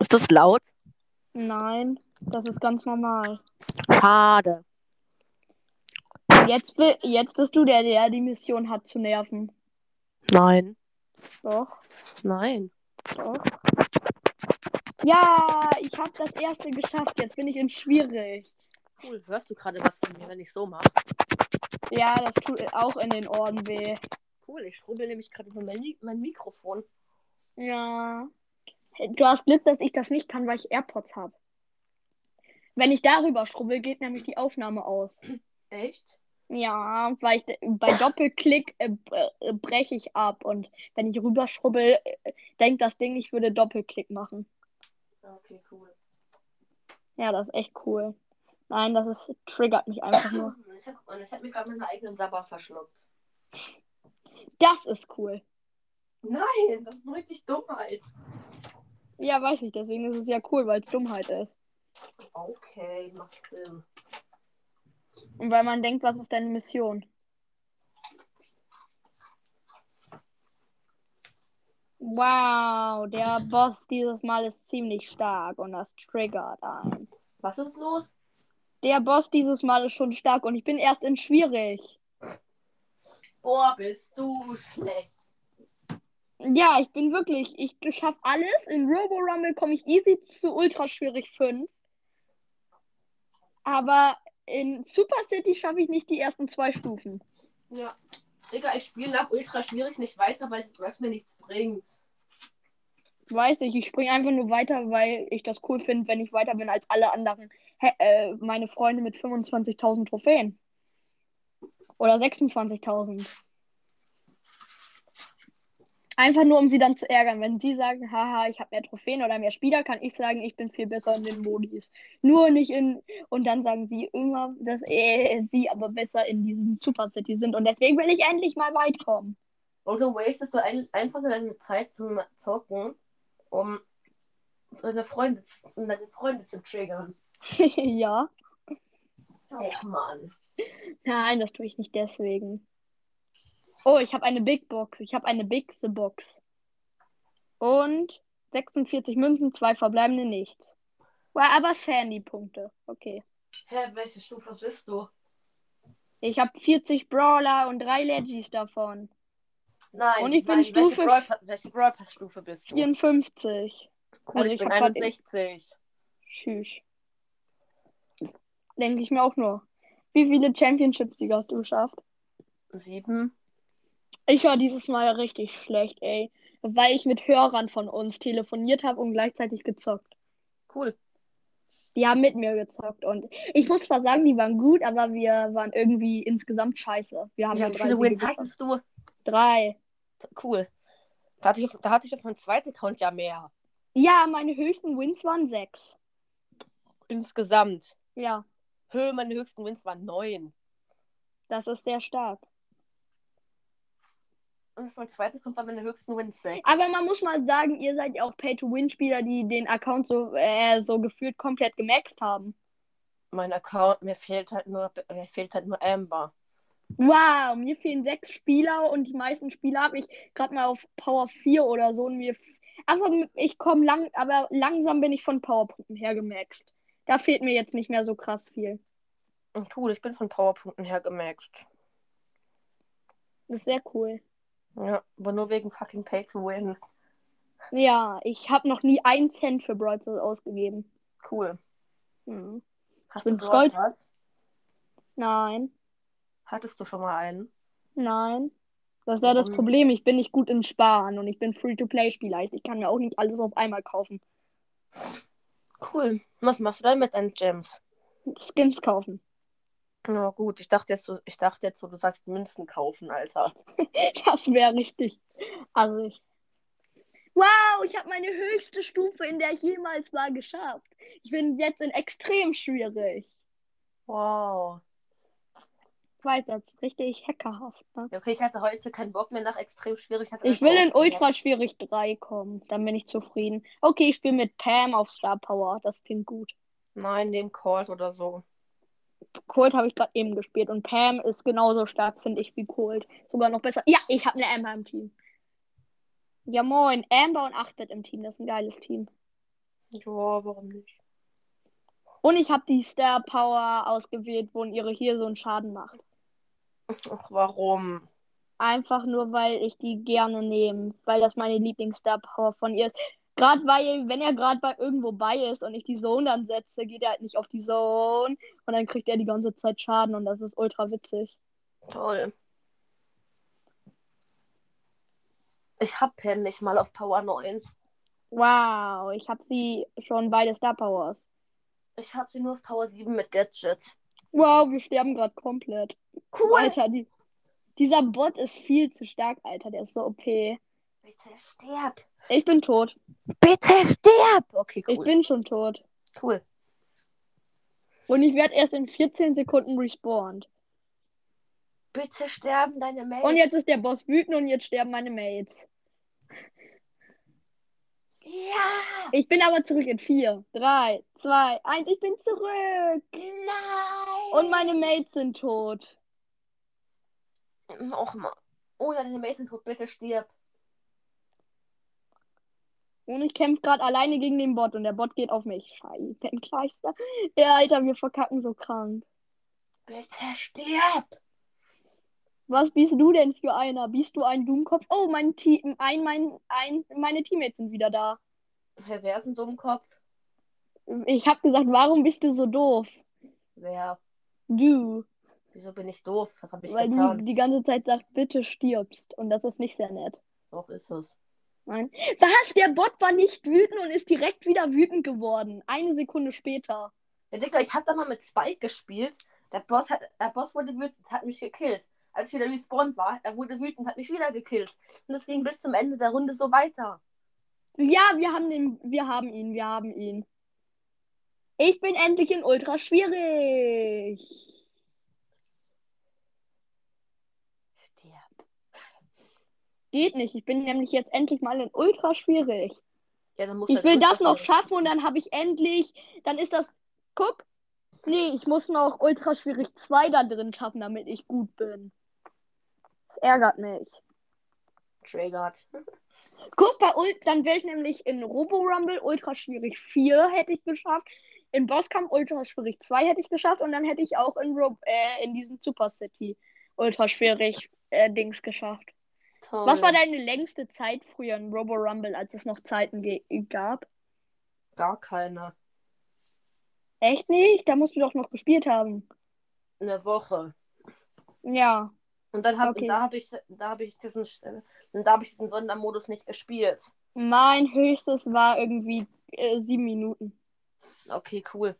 E: Ist das laut?
D: Nein. Das ist ganz normal.
E: Schade.
D: Jetzt, bi- jetzt bist du der, der die Mission hat zu nerven.
E: Nein.
D: Doch,
E: Nein.
D: doch. Ja, ich habe das erste geschafft. Jetzt bin ich in schwierig.
E: Cool. Hörst du gerade was von mir, wenn ich so mache?
D: Ja, das tut auch in den Ohren weh.
E: Cool. Ich schrubbel nämlich gerade über mein, Mi- mein Mikrofon.
D: Ja. Du hast Glück, dass ich das nicht kann, weil ich AirPods habe. Wenn ich darüber schrubbel, geht nämlich die Aufnahme aus.
B: Echt?
D: Ja, weil ich, bei Doppelklick äh, äh, breche ich ab und wenn ich rüberschrubbel, äh, denkt das Ding, ich würde Doppelklick machen.
B: Ja, Okay, cool.
D: Ja, das ist echt cool. Nein, das ist, triggert mich einfach nur.
B: Ich hab, und ich hab mich gerade mit meiner eigenen Sabber verschluckt.
D: Das ist cool.
B: Nein, das ist so richtig Dummheit.
D: Ja, weiß ich, deswegen ist es ja cool, weil es Dummheit ist.
B: Okay, macht Sinn.
D: Und weil man denkt, was ist deine Mission? Wow, der Boss dieses Mal ist ziemlich stark und das triggert einen.
B: Was ist los?
D: Der Boss dieses Mal ist schon stark und ich bin erst in schwierig.
B: Boah, bist du schlecht.
D: Ja, ich bin wirklich, ich schaffe alles. In Robo Rumble komme ich easy zu ultra schwierig 5. Aber in Super City schaffe ich nicht die ersten zwei Stufen.
B: Ja. Digga, ich spiele nach ultra schwierig nicht weiter, weil es weil es mir nichts bringt.
D: Weiß ich, ich springe einfach nur weiter, weil ich das cool finde, wenn ich weiter bin als alle anderen. Hä, äh, meine Freunde mit 25.000 Trophäen. Oder 26.000. Einfach nur, um sie dann zu ärgern. Wenn sie sagen, haha, ich habe mehr Trophäen oder mehr Spieler, kann ich sagen, ich bin viel besser in den Modis. Nur nicht in. Und dann sagen sie immer, dass äh, sie aber besser in diesem Super City sind. Und deswegen will ich endlich mal weit kommen.
B: Und so wastest Also, du ein, einfach deine Zeit zum Zocken, um deine Freunde, um deine Freunde zu triggern.
D: ja.
B: Oh Mann.
D: Nein, das tue ich nicht deswegen. Oh, ich habe eine Big Box. Ich habe eine Big The Box. Und 46 Münzen, zwei verbleibende nichts. Wow, aber Sandy-Punkte. Okay.
B: Hä, welche Stufe bist du?
D: Ich habe 40 Brawler und drei Legis davon.
B: Nenein,
D: Und ich
B: ich
D: bin
B: meine,
D: Stufe-
B: welche Brawl, welche Brawl Pass Stufe bist du?
D: 54.
B: Cool,
D: also
B: ich,
D: ich
B: bin
D: hab grad-
B: 61.
D: Tschüss. Denke ich mir auch nur. Wie viele Championships-Sieger hast du geschafft?
B: Sieben.
D: Ich war dieses Mal richtig schlecht, ey. Weil ich mit Hörern von uns telefoniert habe und gleichzeitig gezockt.
B: Cool.
D: Die haben mit mir gezockt und ich muss zwar sagen, die waren gut, aber wir waren irgendwie insgesamt scheiße. Wir haben
B: Wie
D: ja drei
B: viele
D: Siege
B: Wins
D: geschafft.
B: hattest du?
D: Drei.
B: Cool. Da hatte ich auf, da hatte ich auf meinem zweiten Account ja mehr.
D: Ja, meine höchsten Wins waren sechs.
B: Insgesamt.
D: Ja,
B: Hö, meine höchsten Wins waren neun.
D: das ist sehr stark.
B: Und auf meinem zweiten Account waren meine höchsten Wins sechs.
D: Aber man muss mal sagen, ihr seid ja auch Pay-to-Win-Spieler, die den Account so, äh, so gefühlt komplett gemaxt haben.
B: mein Account, mir fehlt halt nur, mir fehlt halt nur Amber.
D: Wow, mir fehlen sechs Spieler und die meisten Spieler habe ich gerade mal auf Power 4 oder so. Und mir f- aber ich komme lang, aber langsam bin ich von Powerpunkten her gemaxt. Da fehlt mir jetzt nicht mehr so krass viel.
B: Und cool, ich bin von Powerpunkten her gemaxt.
D: Das ist sehr cool.
B: Ja, aber nur wegen fucking Pay to Win.
D: Ja, ich habe noch nie einen Cent für Brawl Stars ausgegeben.
B: Cool.
D: Hm.
B: Hast
D: Bin
B: du Brawl
D: stolz.
B: Pass?
D: Nein,
B: Hattest du schon mal einen?
D: nein. Das ist ja das
B: Warum?
D: Problem. Ich bin nicht gut in Sparen und ich bin Free-to-Play-Spieler. Also ich kann mir auch nicht alles auf einmal kaufen.
B: Cool. Was machst du dann mit deinen Gems?
D: Skins kaufen.
B: Na gut, ich dachte jetzt so, ich dachte jetzt so, du sagst Münzen kaufen, Alter.
D: Das wäre richtig. Also ich. Wow, ich habe meine höchste Stufe, in der ich jemals war, geschafft. Ich bin jetzt in extrem schwierig.
B: Wow.
D: Ich weiß, das ist richtig hackerhaft. Ne?
B: Ja, Okay, ich hatte heute keinen Bock mehr nach extrem schwierig. hatte
D: Ich
B: das
D: will in
B: ausgesetzt.
D: ultra schwierig 3 kommen. Dann bin ich zufrieden. Okay, ich spiele mit Pam auf Star Power. Das klingt gut.
B: Nein, dem Colt oder so.
D: Cold habe ich gerade eben gespielt und Pam ist genauso stark, finde ich, wie Cold. Sogar noch besser. Ja, ich habe eine Amber im Team. Ja, moin. Amber und 8-Bit im Team. Das ist ein geiles Team.
B: Ja, warum nicht?
D: Und ich habe die Star Power ausgewählt, wo ihre hier so einen Schaden macht.
B: Ach, warum?
D: Einfach nur, weil ich die gerne nehme. Weil das meine Lieblings-Star Power von ihr ist. Gerade weil, wenn er gerade bei irgendwo bei ist und ich die Zone dann setze, geht er halt nicht auf die Zone. Und dann kriegt er die ganze Zeit Schaden und das ist ultra witzig.
B: Toll. Ich hab Pam nicht mal auf Power 9.
D: Wow, ich habe sie schon beide Star Powers.
B: Ich hab sie nur auf Power 7 mit Gadget.
D: Wow, wir sterben gerade komplett.
B: Cool!
D: Alter, die, dieser Bot ist viel zu stark, Alter. Der ist so OP.
B: Bitte stirb!
D: Ich bin tot.
B: Bitte stirb! Okay,
D: Ich
B: cool.
D: bin schon tot.
B: Cool.
D: Und ich werde erst in 14 Sekunden respawned.
B: Bitte sterben deine Mails.
D: Und jetzt ist der Boss wütend und jetzt sterben meine Mates.
B: Ja!
D: Ich bin aber zurück in 4, 3, 2, 1. Ich bin zurück.
B: Nein!
D: Und meine Mates sind tot.
B: Nochmal. Oh, ja, deine Mails sind tot. Bitte stirb.
D: Und ich kämpfe gerade alleine gegen den Bot und der Bot geht auf mich. Scheiße, im Kleister. Ja, Alter, wir verkacken so krank.
B: Bitte stirb!
D: Was bist du denn für einer? Bist du ein Dummkopf? Oh, mein Team, ein, mein, ein, meine Teammates sind wieder da.
B: Herr, wer ist ein Dummkopf?
D: Ich habe gesagt, warum bist du so doof?
B: Wer?
D: Du.
B: Wieso bin ich doof? Was hab ich
D: weil
B: getan?
D: du die ganze Zeit sagst, bitte stirbst. Und das ist nicht sehr nett.
B: Doch ist es.
D: Nein. Was? Der Bot war nicht wütend und ist direkt wieder wütend geworden. Eine Sekunde später.
B: Ja, Digga, ich hab da mal mit Spike gespielt. Der Boss, hat, der Boss wurde wütend, hat mich gekillt. Als ich wieder respawned war, er wurde wütend, hat mich wieder gekillt. Und das ging bis zum Ende der Runde so weiter.
D: Ja, wir haben den, wir haben ihn, wir haben ihn. Ich bin endlich in Ultra schwierig.
B: Stirb.
D: Geht nicht, ich bin nämlich jetzt endlich mal in Ultra schwierig.
B: Ja, dann muss
D: Ich
B: halt
D: will
B: Ultra
D: das noch
B: sein.
D: schaffen und dann habe ich endlich, dann ist das, guck, nee, ich muss noch Ultra schwierig 2 da drin schaffen, damit ich gut bin. Das ärgert mich.
B: Triggert.
D: Guck, bei Ult, dann wäre ich nämlich in Robo Rumble Ultra Schwierig 4 hätte ich geschafft. In Bosskampf Ultra Schwierig 2 hätte ich geschafft und dann hätte ich auch in, Rob äh, in diesen Super City Ultra Schwierig äh, Dings geschafft.
B: Toll.
D: Was war deine längste Zeit früher in Robo Rumble, als es noch Zeiten ge gab?
B: Gar keine.
D: Echt nicht? Da musst du doch noch gespielt haben.
B: Eine Woche.
D: Ja.
B: Und dann hab,
D: Okay.
B: da habe ich, da habe ich diesen, Sch- und da habe ich diesen Sondermodus nicht gespielt.
D: Mein höchstes war irgendwie äh, sieben Minuten.
B: Okay, cool.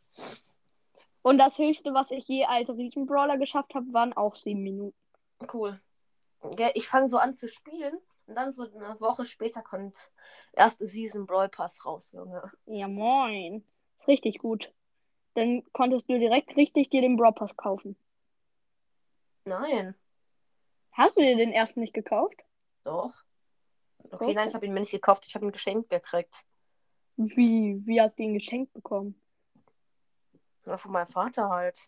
D: Und das höchste, was ich je als Riesenbrawler geschafft habe, waren auch sieben Minuten.
B: Cool. Gell, ich fange so an zu spielen und dann so eine Woche später kommt erste Season Brawl Pass raus, Junge.
D: Ja, moin. Ist richtig gut. Dann konntest du direkt richtig dir den Brawl Pass kaufen.
B: Nein,
D: Hast du dir den ersten nicht gekauft?
B: doch. Okay,
D: Okay.
B: nein, ich habe ihn mir nicht gekauft, ich habe ihn geschenkt gekriegt.
D: Wie? Wie hast du ihn geschenkt bekommen?
B: Ja, Von meinem Vater halt.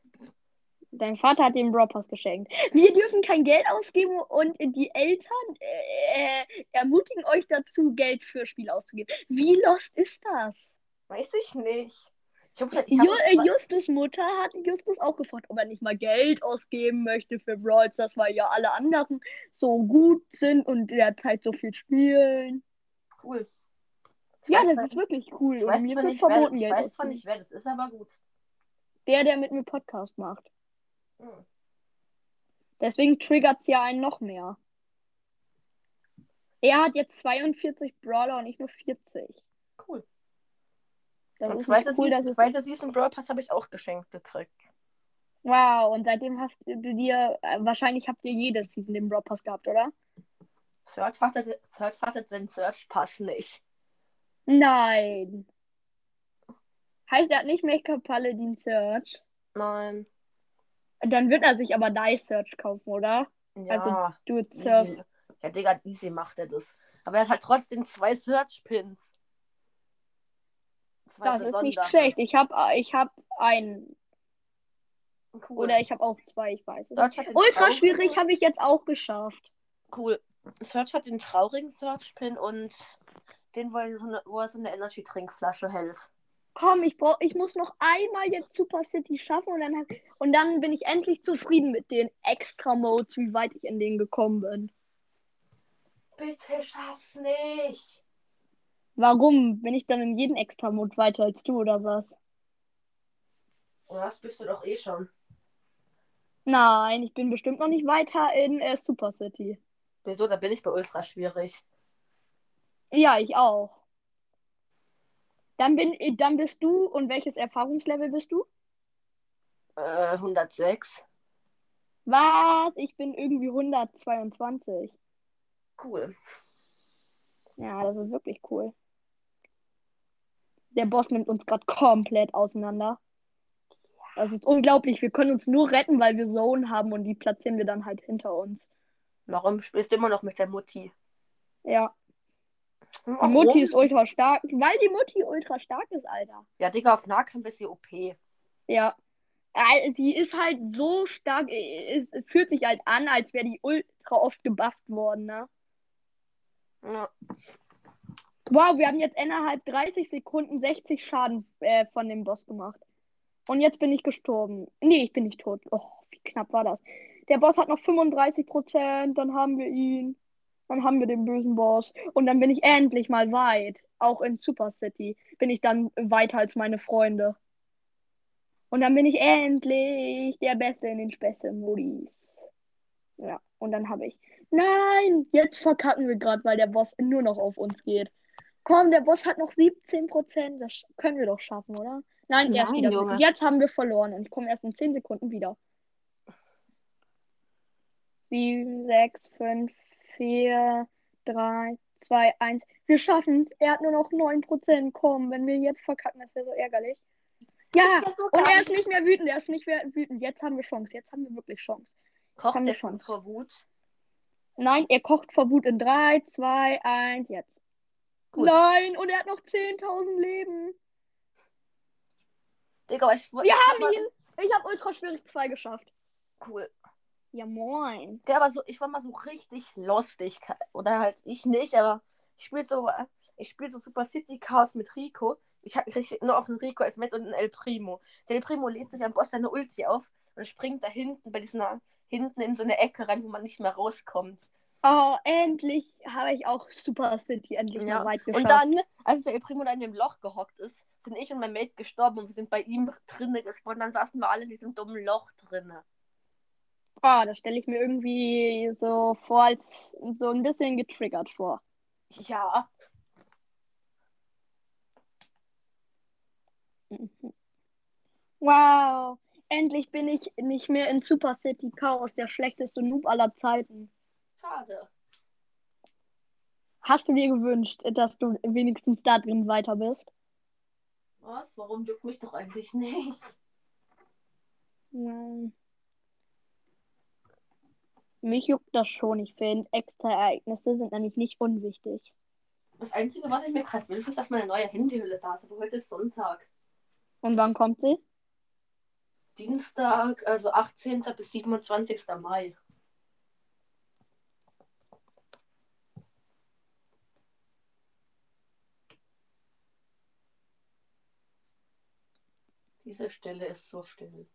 D: Dein Vater hat dir den Brawl Pass geschenkt. Wir dürfen kein Geld ausgeben und die Eltern äh, äh, ermutigen euch dazu, Geld für Spiele auszugeben. Wie lost ist das?
B: Weiß ich nicht. Ich habe ich hab
D: Ju äh,
B: zwei-
D: Justus Mutter hat Justus auch gefragt, ob er nicht mal Geld ausgeben möchte für Brawl Stars, weil ja alle anderen so gut sind und derzeit so viel spielen.
B: cool. Ich
D: Ja,
B: weiß
D: das ist
B: zwar-
D: wirklich cool.
B: ich weiß
D: und mir
B: zwar
D: wird
B: nicht, wer,
D: verboten,
B: ich
D: Geld
B: weiß zwar
D: auszugeben.
B: nicht, wer das ist, aber gut.
D: Der, der mit mir Podcast macht.
B: Hm.
D: Deswegen triggert es ja einen noch mehr. Er hat jetzt 42 Brawler und ich nur 40.
B: Cool.
D: Das
B: und
D: ist
B: zweite,
D: nicht cool, dass
B: Season,
D: es...
B: zweite Season Brawl Pass habe ich auch geschenkt gekriegt.
D: Wow, und seitdem hast du dir, äh, wahrscheinlich habt ihr jedes Season den Brawl Pass gehabt, oder?
B: Search hatte, Search hatte den Search Pass nicht.
D: Nein. Heißt, er hat nicht Make-up Paladin Search.
B: Nein.
D: Dann wird er sich aber Dice Search kaufen, oder?
B: Ja.
D: Also, Du Surf.
B: Easy. Ja, Digga, easy macht er das. Aber er hat halt trotzdem zwei Search-Pins. Zwei
D: Das ist nicht
B: besondere.
D: schlecht. Ich habe ich hab einen.
B: Cool.
D: Oder ich habe auch zwei, ich weiß es. nicht.
B: Search hat den
D: Ultra
B: traurigen-
D: schwierig habe ich jetzt auch geschafft.
B: Cool. Search hat den traurigen Search-Pin und den, wo er so eine, wo er so eine Energy-Trinkflasche hält.
D: Komm, ich brauch, ich muss noch einmal jetzt Super City schaffen und dann, hab, und dann bin ich endlich zufrieden mit den Extra Modes, wie weit ich in denen gekommen bin.
B: Bitte schaff's nicht.
D: Warum? Bin ich dann in jedem Extra Mode weiter als du oder was?
B: Oder das bist du doch eh schon.
D: Nein, ich bin bestimmt noch nicht weiter in äh, Super City.
B: Wieso? Da bin ich bei Ultra schwierig.
D: Ja, ich auch. Dann bin, äh, dann bist du und welches Erfahrungslevel bist du?
B: Äh, 106.
D: Was? Ich bin irgendwie 122.
B: Cool.
D: Ja, das ist wirklich cool. Der Boss nimmt uns gerade komplett auseinander. Das ist unglaublich. Wir können uns nur retten, weil wir Zone haben und die platzieren wir dann halt hinter uns.
B: Warum spielst du immer noch mit der Mutti?
D: Ja. Die
B: Warum?
D: Mutti ist ultra stark, weil die Mutti ultra stark ist, Alter.
B: Ja, Digga, auf Nahkampf ist sie OP.
D: Ja. Äh, Sie ist halt so stark, äh, es es fühlt sich halt an, als wäre die ultra oft gebufft worden, ne?
B: Ja.
D: Wow, wir haben jetzt innerhalb 30 Sekunden 60 Schaden äh, von dem Boss gemacht. Und jetzt bin ich gestorben. Nee, ich bin nicht tot. Oh, wie knapp war das. Der Boss hat noch 35 Prozent, dann haben wir ihn. Dann haben wir den bösen Boss. Und dann bin ich endlich mal weit. Auch in Super City bin ich dann weiter als meine Freunde. Und dann bin ich endlich der Beste in den Späße-Modis. Ja, und dann habe ich. Nein, jetzt verkacken wir gerade, weil der Boss nur noch auf uns geht. Komm, der Boss hat noch 17 Prozent. Das sch- können wir doch schaffen, oder? Nein, er ist
B: Nein,
D: wieder.
B: Junge.
D: weg. Jetzt haben wir verloren und ich komme erst in 10 Sekunden wieder. 7, 6, 5, 4, 3, 2, 1. Wir schaffen es. Er hat nur noch 9 Prozent. Komm, wenn wir jetzt verkacken, das wäre so ärgerlich. Ja,
B: Das wär so
D: und
B: geil.
D: Ah, oh, er ist nicht mehr wütend. Er ist nicht mehr wütend. Jetzt haben wir Chance. Jetzt haben wir wirklich Chance.
B: Kocht
D: Haben wir
B: der
D: schon.
B: schon vor Wut?
D: Nein, er kocht vor Wut in 3, 2, 1, jetzt.
B: Cool.
D: Nein, und er hat noch 10.000 Leben.
B: Digga, aber ich wollte.
D: Wir
B: ich
D: haben
B: wollte-
D: ihn. Ich habe Ultra Schwierig 2 geschafft.
B: Cool.
D: Ja, moin.
B: Ja, aber so, ich war mal so richtig lost. Ich, ka- oder halt ich nicht, aber ich spiele so, ich spiele so Super City Chaos mit Rico. Ich hab- krieg nur auf einen Rico als Met und einen El Primo. Der El Primo lädt sich am Boss seine Ulti auf und springt da hinten bei dieser hinten in so eine Ecke rein, wo man nicht mehr rauskommt.
D: Oh, endlich habe ich auch Super City endlich
B: Ja,
D: mal weit geschafft.
B: Und dann, als der El Primo da in dem Loch gehockt ist, sind ich und mein Mate gestorben und wir sind bei ihm drinne gespawnt. Dann saßen wir alle in diesem dummen Loch drinne.
D: Oh, das stelle ich mir irgendwie so vor, als so ein bisschen getriggert vor.
B: Ja,
D: Mhm. Wow, endlich bin ich nicht mehr in Super City Chaos, der schlechteste Noob aller Zeiten.
B: schade.
D: Hast du dir gewünscht, dass du wenigstens da drin weiter bist?
B: Was? Warum juckt mich doch eigentlich nicht?
D: Nein. Mich juckt das schon. Ich finde, extra Ereignisse sind nämlich nicht unwichtig.
B: Das Einzige, was ich mir gerade wünsche, ist, dass meine neue Handyhülle da ist. Aber heute ist Sonntag.
D: Und wann kommt sie?
B: Dienstag, also 18. bis 27. Mai. Diese Stelle ist so still.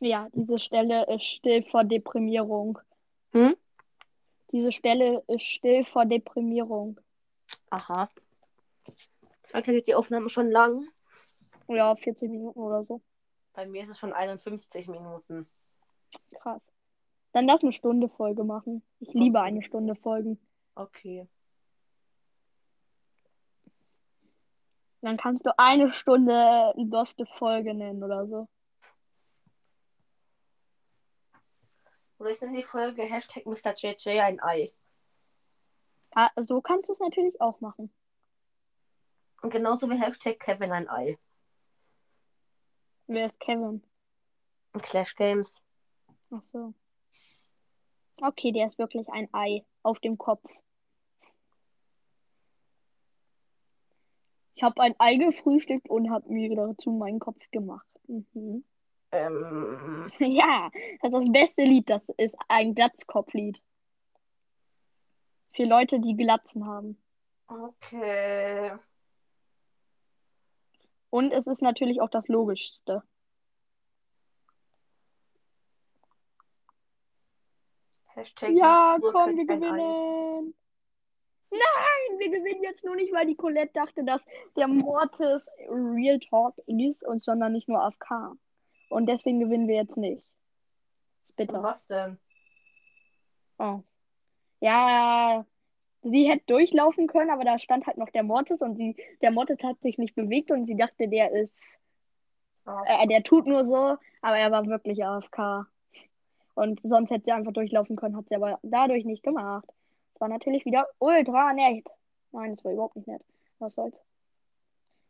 D: Ja, diese Stelle ist still vor Deprimierung.
E: Hm?
D: Diese Stelle ist still vor Deprimierung.
E: Aha.
B: Alter, geht die Aufnahme schon lang?
D: Ja, 40 Minuten oder so.
B: Bei mir ist es schon 51 Minuten.
D: Krass. Dann lass eine Stunde Folge machen. Ich liebe
B: Okay.
D: eine Stunde Folgen.
B: Okay.
D: Dann kannst du eine Stunde loste Folge nennen oder so.
B: Oder ich nenne die Folge Hashtag MrJJ ein Ei.
D: Ah, so kannst du es natürlich auch machen.
B: Und genauso wie Hashtag Kevin ein Ei.
D: Wer ist Kevin?
B: In Clash Games.
D: Ach so. Okay, der ist wirklich ein Ei auf dem Kopf. Ich habe ein Ei gefrühstückt und habe mir dazu meinen Kopf gemacht. Mhm.
B: Ähm.
D: Ja, das ist das beste Lied. Das ist ein Glatzkopflied. Für Leute, die Glatzen haben.
B: Okay.
D: Und es ist natürlich auch das Logischste.
B: Hashtag
D: Ja,
B: Uhr
D: komm, wir
B: könnte ein Ei.
D: gewinnen. Nein, wir gewinnen jetzt nur nicht, weil die Colette dachte, dass der Mortis Real Talk ist und sondern nicht nur AFK. Und deswegen gewinnen wir jetzt nicht. Ist bitter.
B: Was denn?
D: Oh. Ja, sie hätte durchlaufen können, aber da stand halt noch der Mortis und sie, der Mortis hat sich nicht bewegt und sie dachte, der ist, äh, der tut nur so, aber er war wirklich AFK. Und sonst hätte sie einfach durchlaufen können, hat sie aber dadurch nicht gemacht. Das war natürlich wieder ultra nett. Nein, das war überhaupt nicht nett. Was soll's?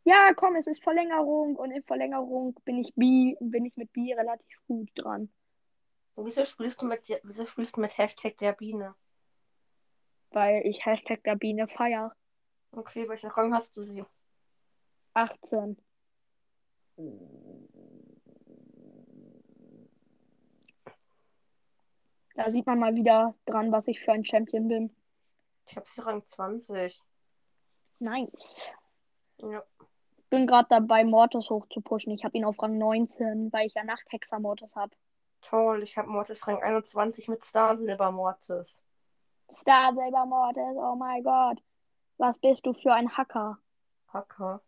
D: Ja, komm, es ist Verlängerung und in Verlängerung bin ich Bi, bin ich mit Bi relativ gut dran.
B: Und Wieso spielst du mit, wieso spielst du mit Hashtag der Biene?
D: Weil ich Hashtag Gabine feier.
B: Okay, welchen Rang hast du sie?
D: 18. Da sieht man mal wieder dran, was ich für ein Champion bin.
B: Ich hab sie Rang 20.
D: Nice.
B: Ja.
D: Ich bin gerade dabei, Mortis hochzupushen. Ich habe ihn auf Rang 19, weil ich ja Nachthexer Mortis habe.
B: Toll, ich hab Mortis Rang 21 mit Star Silber Mortis.
D: Star Silber Mortis, oh mein Gott. Was bist du für ein Hacker?
B: Hacker.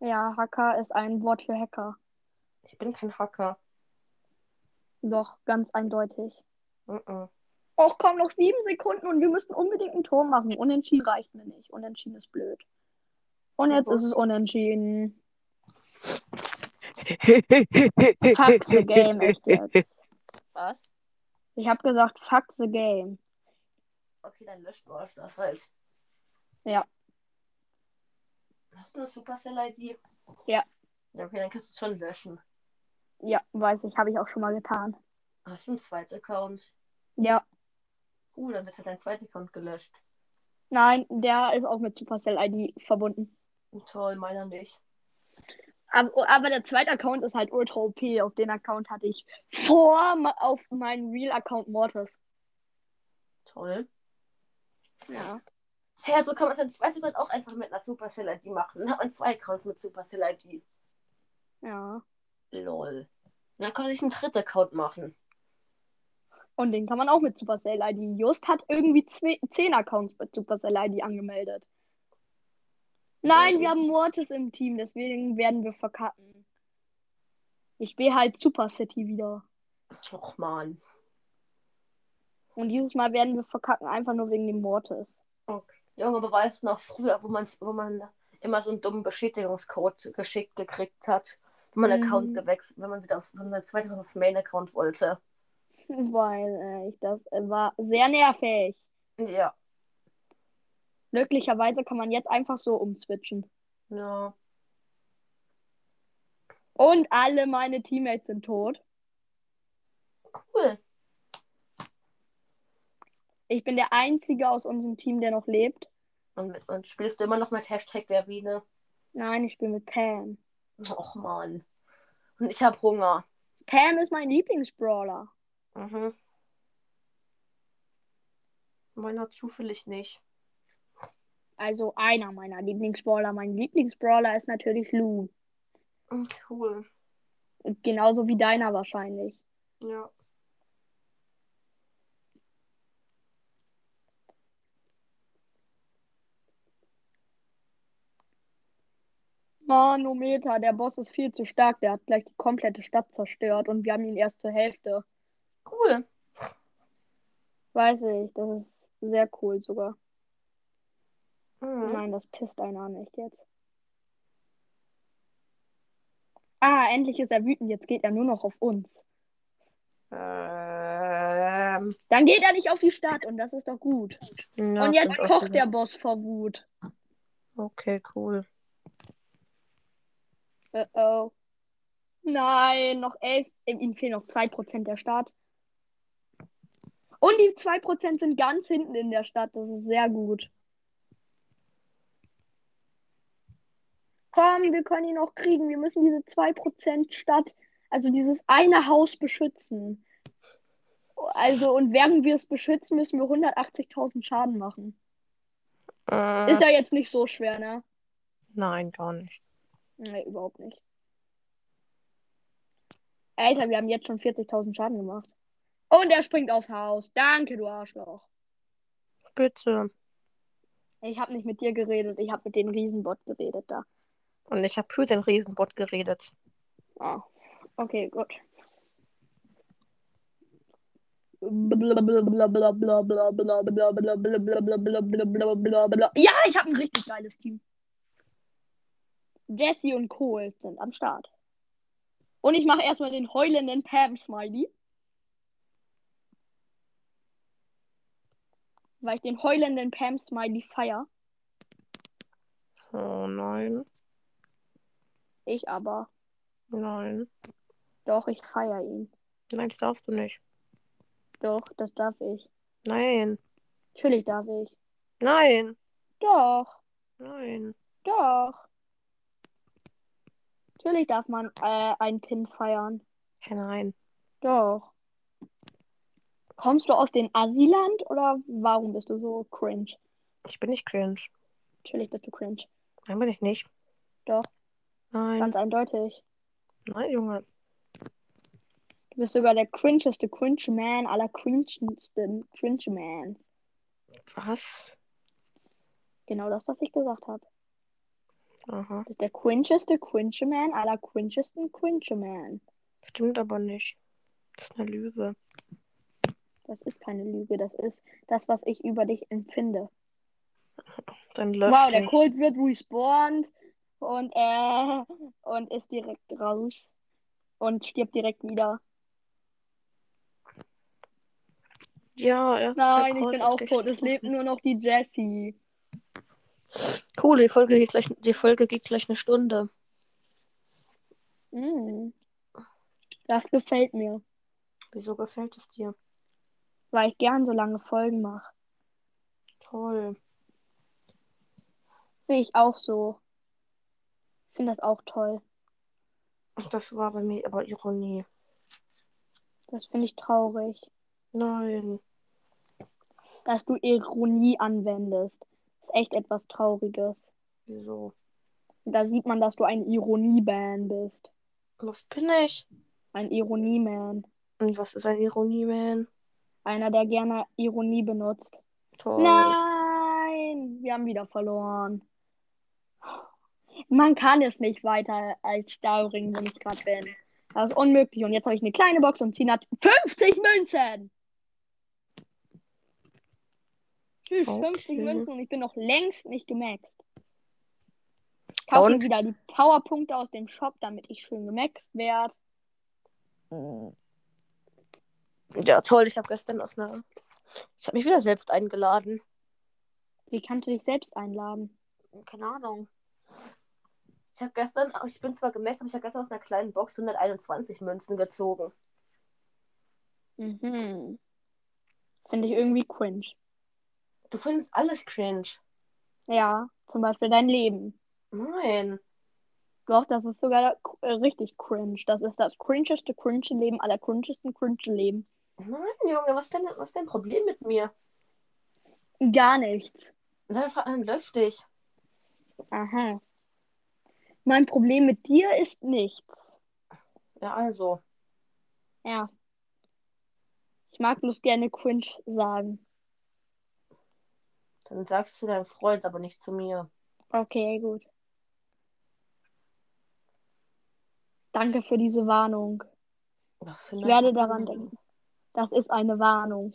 D: Ja, Hacker ist ein Wort für Hacker.
B: Ich bin kein Hacker.
D: Doch, ganz eindeutig.
B: Mhm.
D: Och, komm, noch sieben Sekunden und wir müssen unbedingt ein Tor machen. Unentschieden reicht mir nicht. Unentschieden ist blöd. Und jetzt ist es unentschieden. Fuck the game, echt jetzt.
B: Was?
D: Ich habe gesagt, fuck the game.
B: Okay, dann löscht Brawl Stars halt.
D: Ja.
B: Hast du eine Supercell-ID?
D: Ja.
B: Ja, okay, dann kannst du es schon löschen.
D: Ja, weiß ich, habe ich auch schon mal getan.
B: Hast du einen zweiten Account?
D: Ja,
B: Uh, dann wird halt dein zweiter Account gelöscht.
D: nein, der ist auch mit Supercell ID verbunden.
B: Toll, meiner nicht.
D: Aber, aber der zweite Account ist halt ultra OP. Auf den Account hatte ich vor ma- auf meinen Real Account Mortis.
B: Toll.
D: Ja.
B: Hä, so kann man sein zweites Gold auch einfach mit einer Supercell ID machen. Dann hat man zwei Accounts mit Supercell ID.
D: Ja.
B: Lol. Dann kann man sich einen dritten Account machen.
D: Und den kann man auch mit Supercell ID. Just hat irgendwie zwe- zehn Accounts mit Supercell ID angemeldet. Nein, wir haben Mortis im Team, deswegen werden wir verkacken. Ich spiele halt Super City wieder.
B: Och man.
D: Und dieses Mal werden wir verkacken, einfach nur wegen dem Mortis.
B: Junge, aber weißt du noch früher, wo, man's, wo man immer so einen dummen Bestätigungscode geschickt gekriegt hat, wenn man
D: Mhm.
B: Account gewechselt, wenn man wieder auf, wenn man zweiten auf Main-Account wollte.
D: Weil äh, ich das äh, war sehr nervig.
B: Ja.
D: Glücklicherweise kann man jetzt einfach so umswitchen.
B: Ja.
D: Und alle meine Teammates sind tot.
B: Cool.
D: Ich bin der Einzige aus unserem Team, der noch lebt.
B: Und, mit- und spielst du immer noch mit Hashtag der Biene?
D: Nein, ich spiele mit Pam.
B: Och man. Und ich hab Hunger.
D: Pam ist mein Lieblingsbrawler.
B: Mhm. Meiner zufällig nicht.
D: Also einer meiner Lieblingsbrawler. Mein Lieblingsbrawler ist natürlich Lou.
B: Hm, Cool.
D: Genauso wie deiner wahrscheinlich.
B: Ja.
D: Manometer, der Boss ist viel zu stark. Der hat gleich die komplette Stadt zerstört und wir haben ihn erst zur Hälfte.
B: Cool.
D: Weiß ich, das ist sehr cool sogar.
E: Hm.
B: Mhm.
D: Nein, das pisst einen an, echt jetzt. Ah, endlich ist er wütend. Jetzt geht er nur noch auf uns.
B: Ähm,
D: Dann geht er nicht auf die Stadt und das ist doch gut.
E: Ja,
D: und jetzt
E: stimmt auch
D: kocht
E: wieder.
D: der Boss vor Wut.
E: Okay, cool.
D: Uh oh. Nein, noch elf. Äh, Ihm ihm fehlen noch 2% der Stadt. Und die 2% sind ganz hinten in der Stadt. Das ist sehr gut. Komm, wir können ihn noch kriegen. Wir müssen diese 2% Stadt, also dieses eine Haus beschützen. Also, und während wir es beschützen, müssen wir 180.000 Schaden machen.
E: Äh,
D: Ist ja jetzt nicht so schwer, ne?
E: Nein, gar nicht.
D: Nee, überhaupt nicht. Alter, wir haben jetzt schon 40.000 Schaden gemacht. Und er springt aufs Haus. Danke, du Arschloch.
E: Bitte.
D: Ich habe nicht mit dir geredet, ich habe mit dem Riesenbot geredet da.
E: Und ich habe für den Riesenbot geredet.
D: Ah, okay, gut. Ja, ich habe ein richtig geiles Team. Jesse und Cole sind am Start. Und ich mache erstmal den heulenden Pam-Smiley. Weil ich den heulenden Pam-Smiley feier.
E: Oh nein,
D: Ich aber.
E: nein.
D: Doch, ich feier ihn.
E: Nein, das darfst du nicht.
D: Doch, das darf ich.
E: Nein,
D: Natürlich darf ich.
E: nein,
D: Doch.
E: nein.
D: Doch. Natürlich darf man äh, einen Pin feiern.
E: Hä, Nein.
D: Doch. Kommst du aus dem Asiland oder warum bist du so cringe?
E: Ich bin nicht cringe.
D: Natürlich bist du cringe.
E: Nein, bin ich nicht.
D: Doch.
E: Nein,
D: Ganz eindeutig.
E: nein, Junge.
D: Du bist sogar der cringeste cringe Man aller cringesten cringe Mans.
E: Was?
D: Genau das, was ich gesagt habe.
E: Aha.
D: Du bist der cringeste cringe Man aller cringesten cringe Man.
E: Stimmt aber nicht. Das ist eine Lüge.
D: Das ist keine Lüge, das ist das, was ich über dich empfinde.
E: Dann
D: Wow,
E: löscht
D: der
E: mich.
D: Kult wird respawned und äh, und ist direkt raus und stirbt direkt wieder.
E: Ja, ja.
D: Nein,
E: der
D: ich
E: Colt
D: bin
E: ist
D: auch tot.
E: gestorben.
D: Es lebt nur noch die Jessie.
E: Cool, die Folge geht gleich, die Folge geht gleich eine Stunde.
D: Mm. Das gefällt mir,
E: Wieso gefällt es dir?
D: weil ich gern so lange Folgen mache.
E: Toll.
D: Sehe ich auch so. Ich finde das auch toll.
E: Ach, Das war bei mir aber Ironie.
D: Das finde ich traurig,
E: Nein.
D: dass du Ironie anwendest. Ist echt etwas Trauriges.
B: Wieso?
D: Da sieht man, dass du ein Ironieban bist.
B: Was bin ich?
D: Ein Ironieman.
B: Und was ist ein Ironie-Man?
D: Einer, der gerne Ironie benutzt.
B: Toll.
D: Nein, wir haben wieder verloren. Man kann es nicht weiter als da bringen, wo ich gerade bin. Das ist unmöglich. Und jetzt habe ich eine kleine Box und Tina hat 50 Münzen. Tschüss,
E: Okay.
D: 50 Münzen und ich bin noch längst nicht gemaxt. Kaufe mir
B: Und?
D: wieder die Powerpunkte aus dem Shop, damit ich schön gemaxt werde.
B: Ja, toll. Ich habe gestern aus einer. Ich habe mich wieder selbst eingeladen.
D: Wie kannst du dich selbst einladen?
B: Keine Ahnung. Ich habe gestern, ich bin zwar gemessen, aber ich habe gestern aus einer kleinen Box 121 Münzen gezogen.
D: Mhm. Finde ich irgendwie cringe.
B: Du findest alles cringe.
D: Ja, zum Beispiel dein Leben.
B: Nein.
D: Doch, das ist sogar k- äh, richtig cringe. Das ist das cringeste cringe Leben aller cringesten cringe Leben.
B: Nein, Junge, was ist denn, was ist dein Problem mit mir?
D: Gar nichts.
B: Sag einfach, dann lösch dich.
D: Aha. Mein Problem mit dir ist nichts.
B: Ja, also.
D: Ja. Ich mag bloß gerne cringe sagen.
B: Dann sagst du deinem Freund, aber nicht zu mir.
D: Okay, gut. Danke für diese Warnung.
B: Was für
D: Ich
B: eine-
D: werde daran denken. Das ist eine Warnung,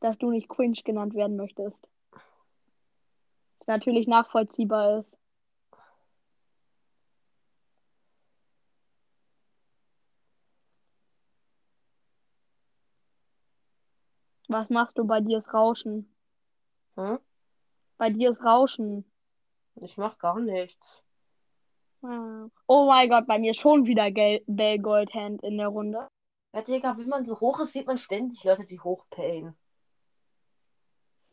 D: dass du nicht cringe genannt werden möchtest. Was natürlich nachvollziehbar ist. Was machst du? Bei dir ist Rauschen.
B: Hm?
D: Bei dir ist Rauschen.
B: Ich mach gar nichts.
D: Ah. Oh mein Gott, bei mir ist schon wieder Gel Bell Goldhand in der Runde.
B: Ja, Digga, wenn man so hoch ist, sieht man ständig Leute, die hochpayen.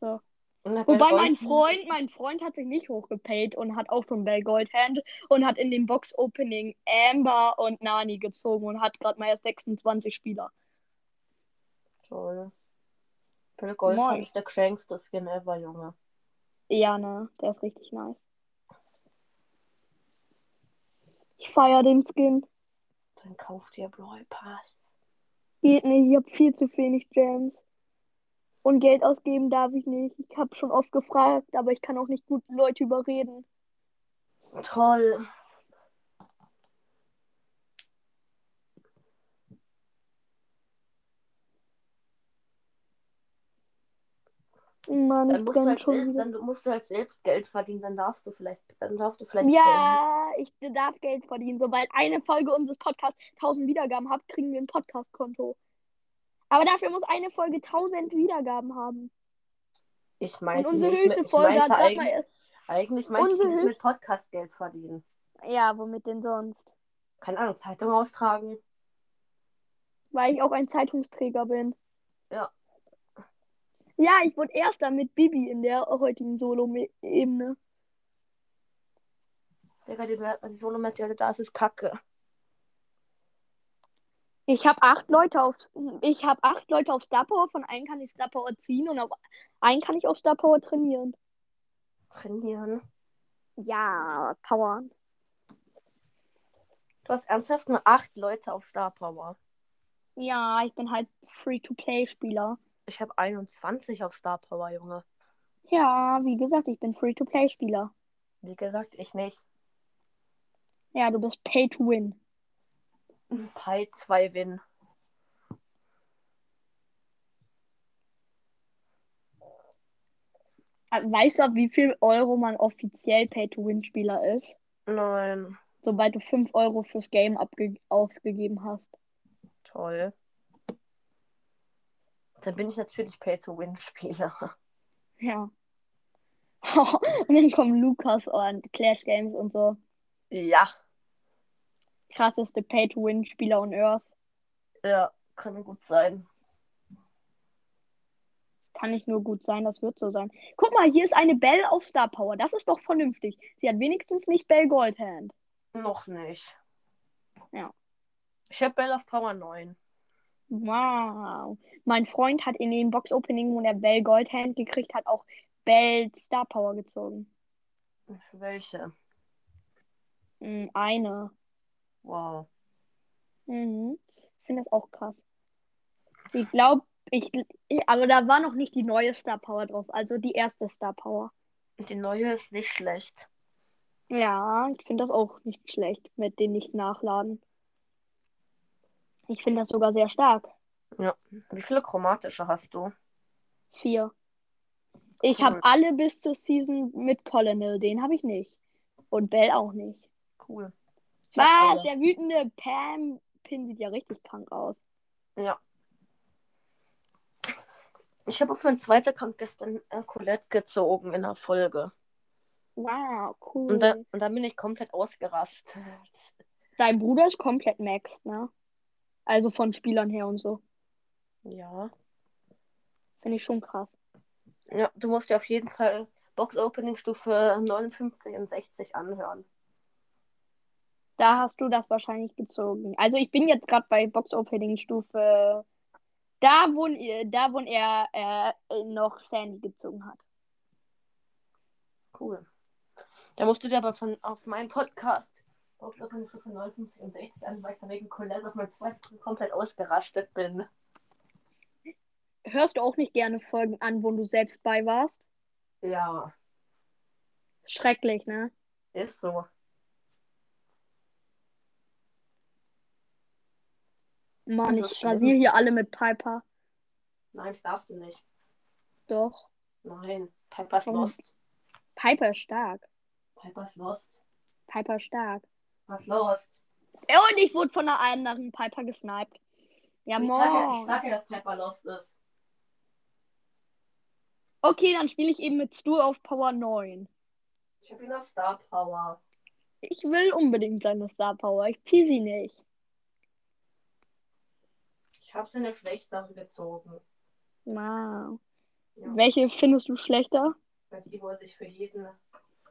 D: So.
B: Und dann
D: Wobei
B: bei
D: mein
B: uns-
D: Freund, mein Freund hat sich nicht hochgepayt und hat auch schon Bell Goldhand und hat in dem Box Opening Amber und Nani gezogen und hat gerade mal erst 26 Spieler.
B: Toll. Bill Gold
D: Moin.
B: ist der krankste Skin ever, Junge.
D: Ja, ne, der ist richtig nice. Ich feier den Skin.
B: Dann kauf dir Brawl Pass.
D: Geht nicht, ich hab viel zu wenig Gems. Und Geld ausgeben darf ich nicht. Ich hab schon oft gefragt, aber ich kann auch nicht gut Leute überreden.
B: Toll.
D: Mann,
B: Dann
D: ich
B: musst, du
D: brenne
B: halt
D: schon
B: selbst,
D: wieder.
B: dann musst du halt selbst Geld verdienen, dann darfst du vielleicht, dann darfst du vielleicht payen.
D: Ja, ich darf Geld verdienen. Sobald eine Folge unseres Podcasts 1000 Wiedergaben hat, kriegen wir ein Podcast-Konto. Aber dafür muss eine Folge 1000 Wiedergaben haben.
B: Ich
D: Und
B: meinte
D: unsere
B: nicht,
D: höchste
B: mit, ich
D: Folge hat
B: meinte
D: gerade mal
B: eigentlich,
D: erst.
B: eigentlich meinte ich
D: unsere
B: nicht
D: höchste-
B: mit Podcast Geld verdienen.
D: Ja, womit denn sonst?
B: Keine Ahnung, Zeitung austragen.
D: Weil ich auch ein Zeitungsträger bin.
B: Ja.
D: Ja, ich wurde Erster mit Bibi in der heutigen Solo-Ebene.
B: Digga, die, Mer- die Solo-Material da ist, ist kacke.
D: Ich habe acht Leute auf ich habe acht Leute auf Star Power, von einem kann ich Star Power ziehen und auf einen kann ich auf Star Power trainieren.
B: Trainieren.
D: Ja, powern.
B: Du hast ernsthaft nur acht Leute auf Star Power.
D: Ja, ich bin halt Free-to-Play-Spieler.
B: Ich habe 21 auf Star Power, Junge.
D: Ja, wie gesagt, ich bin Free-to-Play-Spieler.
B: Wie gesagt, ich nicht.
D: Ja, du bist Pay-to-Win.
B: Pi 2 Win.
D: Äh, Weißt du, ab wie viel Euro man offiziell Pay-to-Win-Spieler ist?
B: Nein.
D: Sobald du 5 Euro fürs Game abge ausgegeben hast.
B: Toll. Dann bin ich natürlich Pay-to-Win-Spieler.
D: Ja. und dann kommen Lukas und Clash Games und so.
B: Ja.
D: Krasseste Pay-to-Win-Spieler on Earth.
B: Ja, kann gut sein.
D: Kann nicht nur gut sein, das wird so sein. Guck mal, hier ist eine Bell auf Star Power. Das ist doch vernünftig. Sie hat wenigstens nicht Bell Goldhand.
B: Noch nicht.
D: Ja.
B: Ich habe Bell of Power 9.
D: Wow. Mein Freund hat in dem Box-Opening, wo er Bell Goldhand gekriegt hat, auch Belt Star Power gezogen.
B: Welche?
D: Mhm, eine.
B: Wow.
D: Mhm. Ich finde das auch krass. Ich glaube, ich, ich, aber da war noch nicht die neue Star Power drauf, also die erste Star Power.
B: Und die neue ist nicht schlecht.
D: Ja, ich finde das auch nicht schlecht mit den nicht nachladen. Ich finde das sogar sehr stark.
B: Wie viele chromatische hast du?
D: Vier. Ich
B: Cool.
D: habe alle bis zur Season mit Colonel, den habe ich nicht. Und Bell auch nicht.
B: Cool. Ich hab
D: Was?
B: alle.
D: Der wütende Pam Pin sieht ja richtig krank aus.
B: Ich habe auf meinen zweiten Kampf gestern äh, Colette gezogen in der Folge.
D: Wow, cool.
B: Und, da, und dann bin ich komplett ausgerastet.
D: Dein Bruder ist komplett maxed, ne? Also von Spielern her und so.
B: Ja.
D: Finde ich schon krass.
B: Ja, du musst dir auf jeden Fall Box Opening Stufe 59 und 60 anhören.
D: Da hast du das wahrscheinlich gezogen. Also ich bin jetzt gerade bei Box Opening Stufe. Da, wo, da, wo er äh, noch Sandy gezogen hat.
B: Cool. Da musst du dir aber von auf meinen Podcast Box Opening Stufe 59 und 60 anhören, weil ich da wegen Colette auf meinem zweiten komplett ausgerastet bin.
D: Hörst du auch nicht gerne Folgen an, wo du selbst bei warst?
B: Ja,
D: Schrecklich, ne?
B: ist so. Das
D: Mann, ich
B: ist schlimm.
D: rasiere hier alle mit Piper.
B: Nein, das darfst du nicht.
D: Doch.
B: Nein. Piper's
D: Warum?
B: Lost.
D: Piper ist stark.
B: Piper's Lost.
D: Piper ist stark.
B: Was Lost?
D: Und ich wurde von einer anderen Piper gesniped. Ja,
B: ich, sag ja, ich
D: moin.
B: sag ja, dass Piper Lost ist.
D: Okay, dann spiele ich eben mit Stu auf Power 9.
B: Ich hab ihn auf Star Power.
D: Ich will unbedingt seine Star Power. Ich ziehe sie nicht.
B: Ich hab seine Schlechtsache gezogen.
D: Wow.
B: Ja.
D: Welche findest du schlechter?
B: Weil die wollen sich für jeden,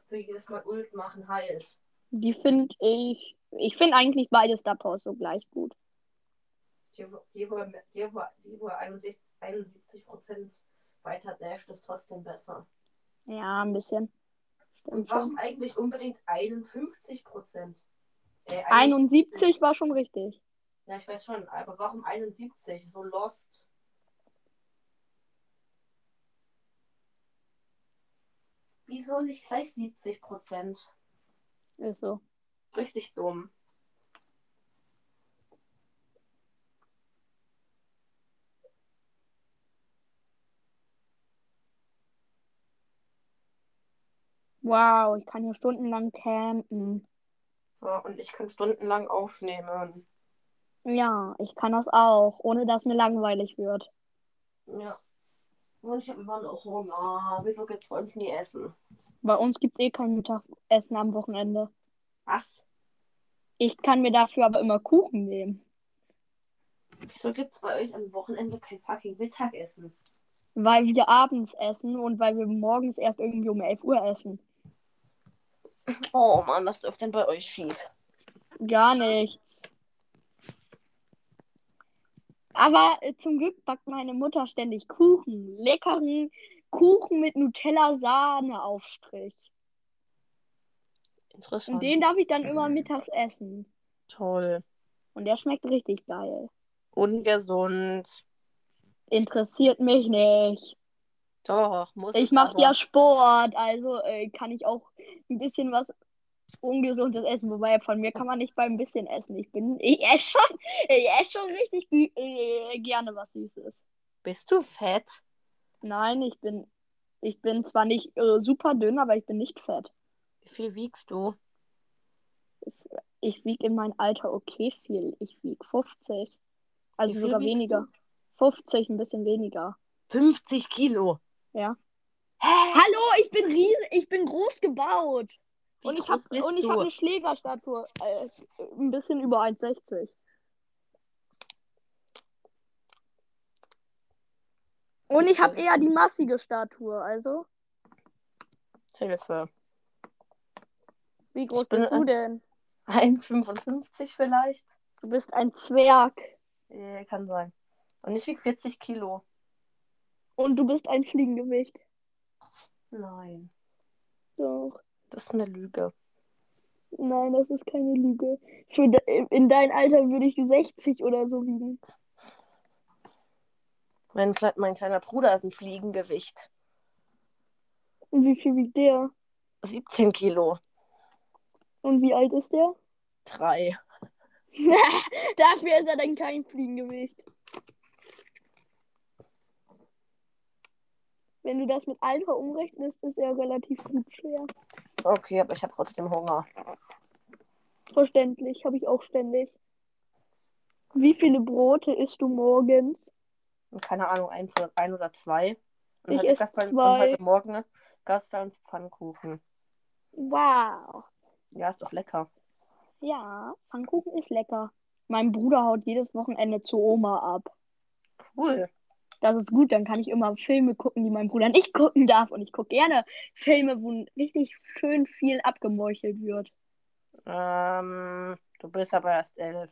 B: für jedes Mal Ult machen, heilt.
D: Die finde ich. Ich finde eigentlich beide Star Powers so gleich gut.
B: Die, die, wo, er- die, wo, die, wo er 71, 71% weiter dasht, ist trotzdem besser.
D: Ja, ein bisschen.
B: Und
D: Stimmt
B: warum
D: schon.
B: eigentlich unbedingt 51%? Äh,
D: 71 war schon richtig.
B: Ja, ich weiß schon, aber warum 71? So lost. Wieso nicht gleich 70 Prozent?
D: Ist so.
B: Richtig dumm.
D: Wow, ich kann hier stundenlang campen.
B: Ja, und ich kann stundenlang aufnehmen.
D: Ja, ich kann das auch, ohne dass mir langweilig wird.
B: Ja. Und ich habe immer noch Hunger. Wieso gibt's bei uns nie Essen?
D: Bei uns gibt es eh kein Mittagessen am Wochenende.
B: Was?
D: Ich kann mir dafür aber immer Kuchen nehmen.
B: Wieso gibt's bei euch am Wochenende kein fucking Mittagessen?
D: Weil wir abends essen und weil wir morgens erst irgendwie um 11 Uhr essen.
B: Oh Mann, was läuft denn bei euch schief?
D: Gar nichts. Aber äh, zum Glück backt meine Mutter ständig Kuchen. Leckeren Kuchen mit Nutella-Sahne-Aufstrich.
B: Interessant.
D: Und den darf ich dann immer mittags essen.
B: Toll.
D: Und der schmeckt richtig geil.
B: Ungesund.
D: Interessiert mich nicht.
B: Doch, muss
D: Ich
B: es
D: mache
B: aber.
D: ja Sport, also äh, kann ich auch ein bisschen was Ungesundes essen. Wobei von mir kann man nicht beim bisschen essen. Ich bin, ich esse schon, ich esse schon richtig gü- äh, gerne was Süßes.
B: Bist du fett?
D: Nein, ich bin, ich bin zwar nicht äh, super dünn, aber ich bin nicht fett.
B: Wie viel wiegst du?
D: Ich wiege in meinem Alter okay viel. Ich wiege 50. Also
B: viel
D: sogar
B: wiegst
D: weniger. 50, ein bisschen weniger.
B: 50 Kilo.
D: Ja.
B: Hä?
D: Hallo, ich bin riesig, ich bin groß gebaut.
B: Wie
D: und ich habe
B: groß bist
D: und ich
B: du?
D: habe eine Schlägerstatue, äh, ein bisschen über 1,60. Und ich habe eher die massige Statue, also
B: Hilfe.
D: wie groß
B: Ich bin
D: bist du
B: ein-
D: denn?
B: 1,55 vielleicht?
D: Du bist ein Zwerg
B: Äh, kann sein. Und ich wiege 40 Kilo.
D: und du bist ein Fliegengewicht.
F: Nein.
D: Doch.
B: Das ist eine Lüge.
D: Nein, das ist keine Lüge. Für de äh, in dein Alter würde ich 60 oder so wiegen.
B: Mein, Kle mein kleiner Bruder ist ein Fliegengewicht.
D: Und wie viel wiegt der?
B: 17 Kilo.
D: Und wie alt ist der?
B: Drei.
D: Dafür ist er dann kein Fliegengewicht. Wenn du das mit Alpha umrechnest, ist er relativ gut schwer.
B: Okay, aber ich habe trotzdem Hunger.
D: Verständlich, habe ich auch ständig. Wie viele Brote isst du morgens?
B: Und keine Ahnung, eins oder, ein oder zwei. Und halt
D: Ich
B: heute
D: esse
B: gab's bei-
D: zwei.
B: Und heute Morgen gab es bei uns Pfannkuchen.
D: Wow.
B: Ja, ist doch lecker.
D: Ja, Pfannkuchen ist lecker. Mein Bruder haut jedes Wochenende zu Oma ab.
B: Cool.
D: Das ist gut, dann kann ich immer Filme gucken, die mein Bruder nicht gucken darf. Und ich gucke gerne Filme, wo richtig schön viel abgemeuchelt wird.
B: Ähm, du bist aber erst elf.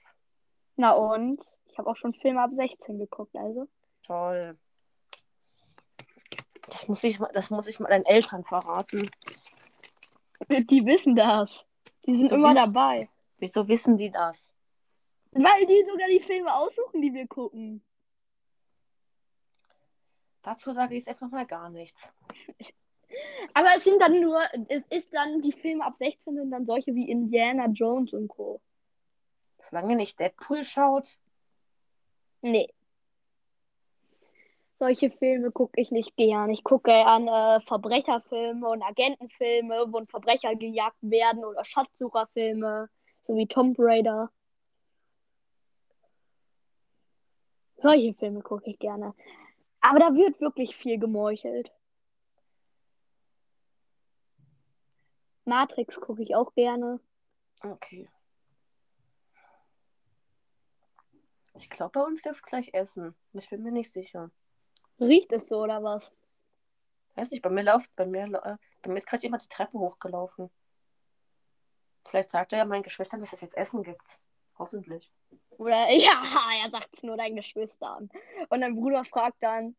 D: Na und? Ich habe auch schon Filme ab 16 geguckt, also.
B: Toll. Das muss ich, mal- das muss ich mal deinen Eltern verraten.
D: Die wissen das. Die sind
B: So
D: immer
B: wie-
D: dabei.
B: Wieso wissen die das?
D: Weil die sogar die Filme aussuchen, die wir gucken.
B: Dazu sage ich jetzt einfach mal gar nichts.
D: Aber es sind dann nur, es ist dann, die Filme ab 16 sind dann solche wie Indiana Jones und Co.
B: Solange nicht Deadpool schaut.
D: Nee. Solche Filme gucke ich nicht gern. Ich gucke an äh, Verbrecherfilme und Agentenfilme, wo Verbrecher gejagt werden oder Schatzsucherfilme, so wie Tomb Raider. Solche Filme gucke ich gerne. Aber da wird wirklich viel gemeuchelt. Matrix gucke ich auch gerne.
B: Okay. Ich glaube, bei uns gibt es gleich Essen. Ich bin mir nicht sicher.
D: Riecht es so oder was?
B: Weiß nicht, bei mir läuft, bei mir, lau- äh, bei mir ist gerade jemand die Treppe hochgelaufen. Vielleicht sagt er ja meinen Geschwistern, dass es jetzt Essen gibt. Hoffentlich.
D: Oder ja, er sagt es nur deinen Geschwistern. Und dein Bruder fragt dann,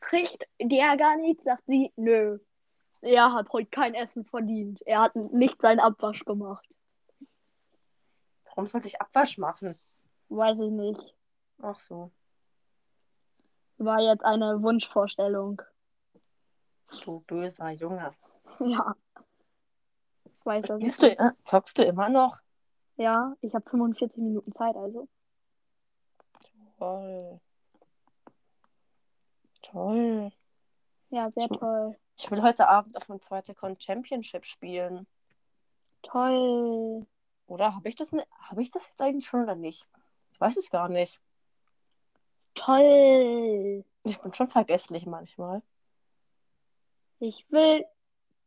D: kriegt der gar nichts? Sagt sie, nö. Er hat heute kein Essen verdient. Er hat nicht seinen Abwasch gemacht.
B: Warum sollte ich Abwasch machen?
D: Weiß ich nicht.
B: Ach so,
D: War jetzt eine Wunschvorstellung.
B: du böser Junge.
D: Ja. Ich weiß das
B: Bist
D: nicht.
B: du, äh, zockst du immer noch?
D: Ja, ich habe 45 Minuten Zeit, also.
B: Toll. Toll.
D: Ja, sehr
B: Hm.
D: toll.
B: Ich will heute Abend auf dem zweiten Con Championship spielen.
D: Toll.
B: Oder habe ich das, ne habe ich das jetzt eigentlich schon oder nicht? Ich weiß es gar nicht.
D: Toll.
B: Ich bin schon vergesslich manchmal.
D: Ich will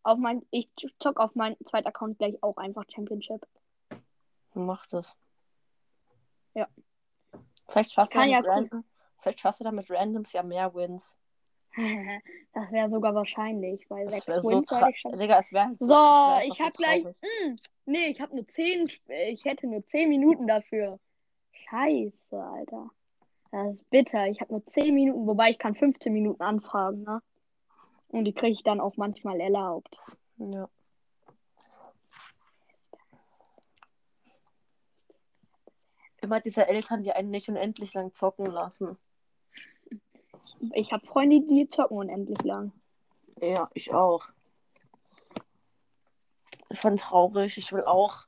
D: auf mein, ich zock auf meinen zweiten Account gleich auch einfach Championship.
B: Mach das.
D: Ja.
B: Vielleicht schaffst, du
D: Kann
B: damit
D: ja cool.
B: ran- Vielleicht schaffst du damit Randoms ja mehr Wins.
D: Das wäre sogar wahrscheinlich, weil
B: Das
D: sechs
B: wäre so
D: Wins hätte ich
B: traurig.
D: schon.
B: Digga, es wäre.
D: So, ich hab gleich. Mm, nee, ich hab nur zehn. Sp- äh, Ich hätte nur zehn Minuten dafür. Scheiße, Alter. Das ist bitter. Ich hab nur zehn Minuten, wobei ich kann 15 Minuten anfragen, ne? Und die kriege ich dann auch manchmal erlaubt.
B: Ja. Immer diese Eltern, die einen nicht unendlich lang zocken lassen.
D: Ich hab Freunde, die zocken unendlich lang.
B: Ja, ich auch. Schon traurig, ich will auch.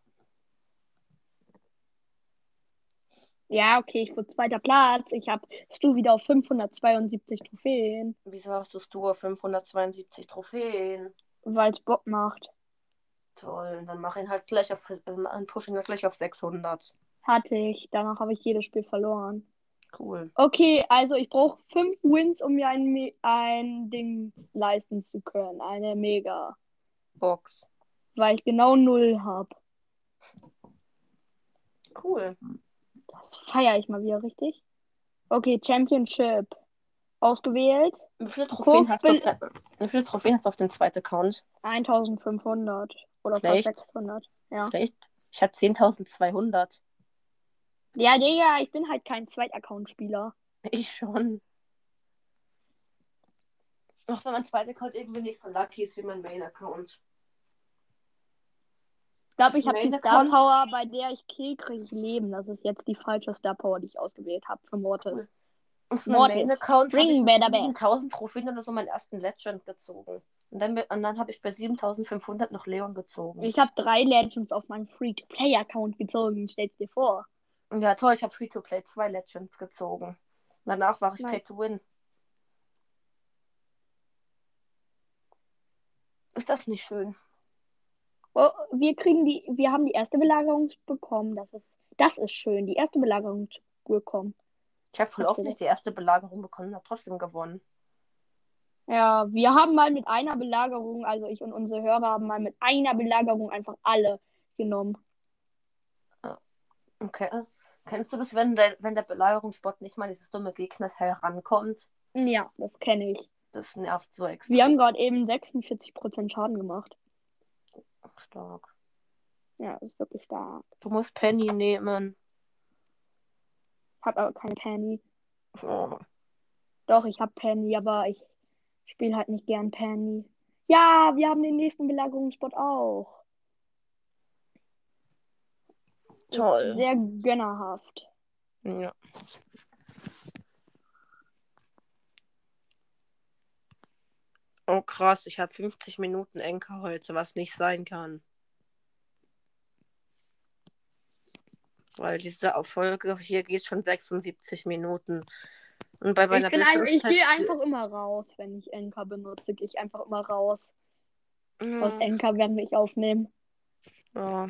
D: Ja, okay, ich wurde zweiter Platz. Ich hab Stu wieder auf 572 Trophäen,
B: Wieso hast du Stur 572 Trophäen?
D: weil's Bock macht.
B: Toll, dann mach ihn halt gleich auf, dann push ihn halt gleich auf 600.
D: Hatte ich. Danach habe ich jedes Spiel verloren.
B: Cool.
D: Okay, also ich brauche fünf Wins, um mir ein, Me- ein Ding leisten zu können. Eine Mega.
B: Box.
D: Weil ich genau null habe.
B: Cool.
D: Das feiere ich mal wieder richtig. Okay, Championship. Ausgewählt.
B: Wie viele Trophäen,
D: Guck,
B: hast du auf,
D: bin-
B: der- wie viele Trophäen hast du auf dem zweiten Account?
D: 1500. Oder fast
B: Echt?
D: 600. Ja.
B: Vielleicht? Ich habe 10.200.
D: Ja, Digga, ich bin halt kein Zweitaccount-Spieler.
B: Ich schon. Auch wenn man zweiter Account irgendwie nicht so lucky ist wie mein Main-Account.
D: Ich glaube, ich habe die
B: Main
D: Star
B: Account.
D: Power, bei der ich Kill kriege, ich Leben. Das ist jetzt die falsche Star Power, die ich ausgewählt habe für Mortis.
B: Auf
D: Mortis.
B: meinem Main-Account habe
D: Bring
B: ich mit
D: better back.
B: 7000 Trophäen oder so meinen ersten Legend gezogen. Und dann, mit- und dann habe ich bei 7500 noch Leon gezogen.
D: Ich habe drei Legends auf meinen Freak-Player-Account gezogen, stell's dir vor.
B: Ja, toll, ich habe Free-to-Play zwei Legends gezogen. Danach war ich
D: Nice.
B: Pay-to-Win. Ist das nicht schön?
D: Oh, wir kriegen die, wir haben die erste Belagerung bekommen. Das ist, das ist schön, die erste Belagerung zu bekommen.
B: Ich habe voll
D: Hast
B: oft
D: du
B: nicht die erste Belagerung bekommen und habe trotzdem gewonnen.
D: Ja, wir haben mal mit einer Belagerung, also ich und unsere Hörer haben mal mit einer Belagerung einfach alle genommen.
B: Okay. Kennst du das, wenn der, wenn der Belagerungsbot nicht mal dieses dumme Gegnerteil rankommt?
D: Ja, das kenne ich.
B: Das nervt so extrem
D: Wir haben gerade eben 46% Schaden gemacht.
B: stark.
D: Ja, das ist wirklich stark.
B: Du musst Penny nehmen.
D: Ich habe aber keine Penny.
B: Oh.
D: Doch, ich habe Penny, aber ich spiele halt nicht gern Penny. Ja, wir haben den nächsten Belagerungsspot auch.
B: Toll.
D: Sehr gönnerhaft.
B: Ja. Oh krass, ich habe 50 Minuten Enker heute, was nicht sein kann. Weil diese Folge hier geht schon 76 Minuten. Und bei meiner
D: Ich, bin ein, ich
B: Bildschirmzeit-
D: gehe einfach immer raus, wenn ich Enka benutze. Gehe ich einfach immer raus.
B: Ja.
D: Aus Enka werden ich aufnehmen.
B: hm, Ja.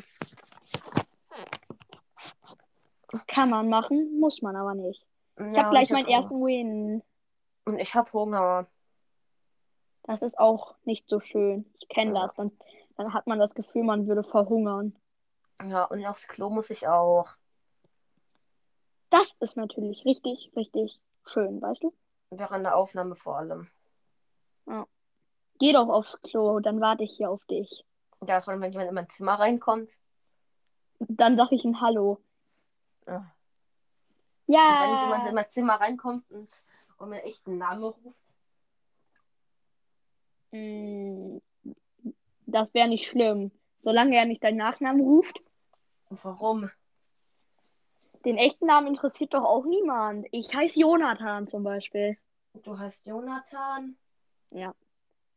D: Kann man machen, muss man aber nicht. Ich
B: Ja,
D: habe gleich
B: hab
D: meinen
B: Hunger.
D: ersten Win.
B: Und ich habe Hunger.
D: Das ist auch nicht so schön. Ich kenne
B: Ja.
D: das. Dann, dann hat man das Gefühl, man würde verhungern.
B: Ja, und aufs Klo muss ich auch.
D: Das ist natürlich richtig, richtig schön, weißt du?
B: Während der Aufnahme vor allem.
D: Geh doch aufs Klo, dann warte ich hier auf dich.
B: Ja, vor allem, wenn jemand in mein Zimmer reinkommt.
D: Dann sag ich ein Hallo.
B: Ja. Und wenn jemand in
D: Ja.
B: mein Zimmer reinkommt und, und mir echt einen Namen ruft.
D: Mm, Das wäre nicht schlimm. Solange er nicht deinen Nachnamen ruft.
B: Warum?
D: Den echten Namen interessiert doch auch niemand. Ich heiße Jonathan zum Beispiel.
B: Du heißt Jonathan?
D: Ja.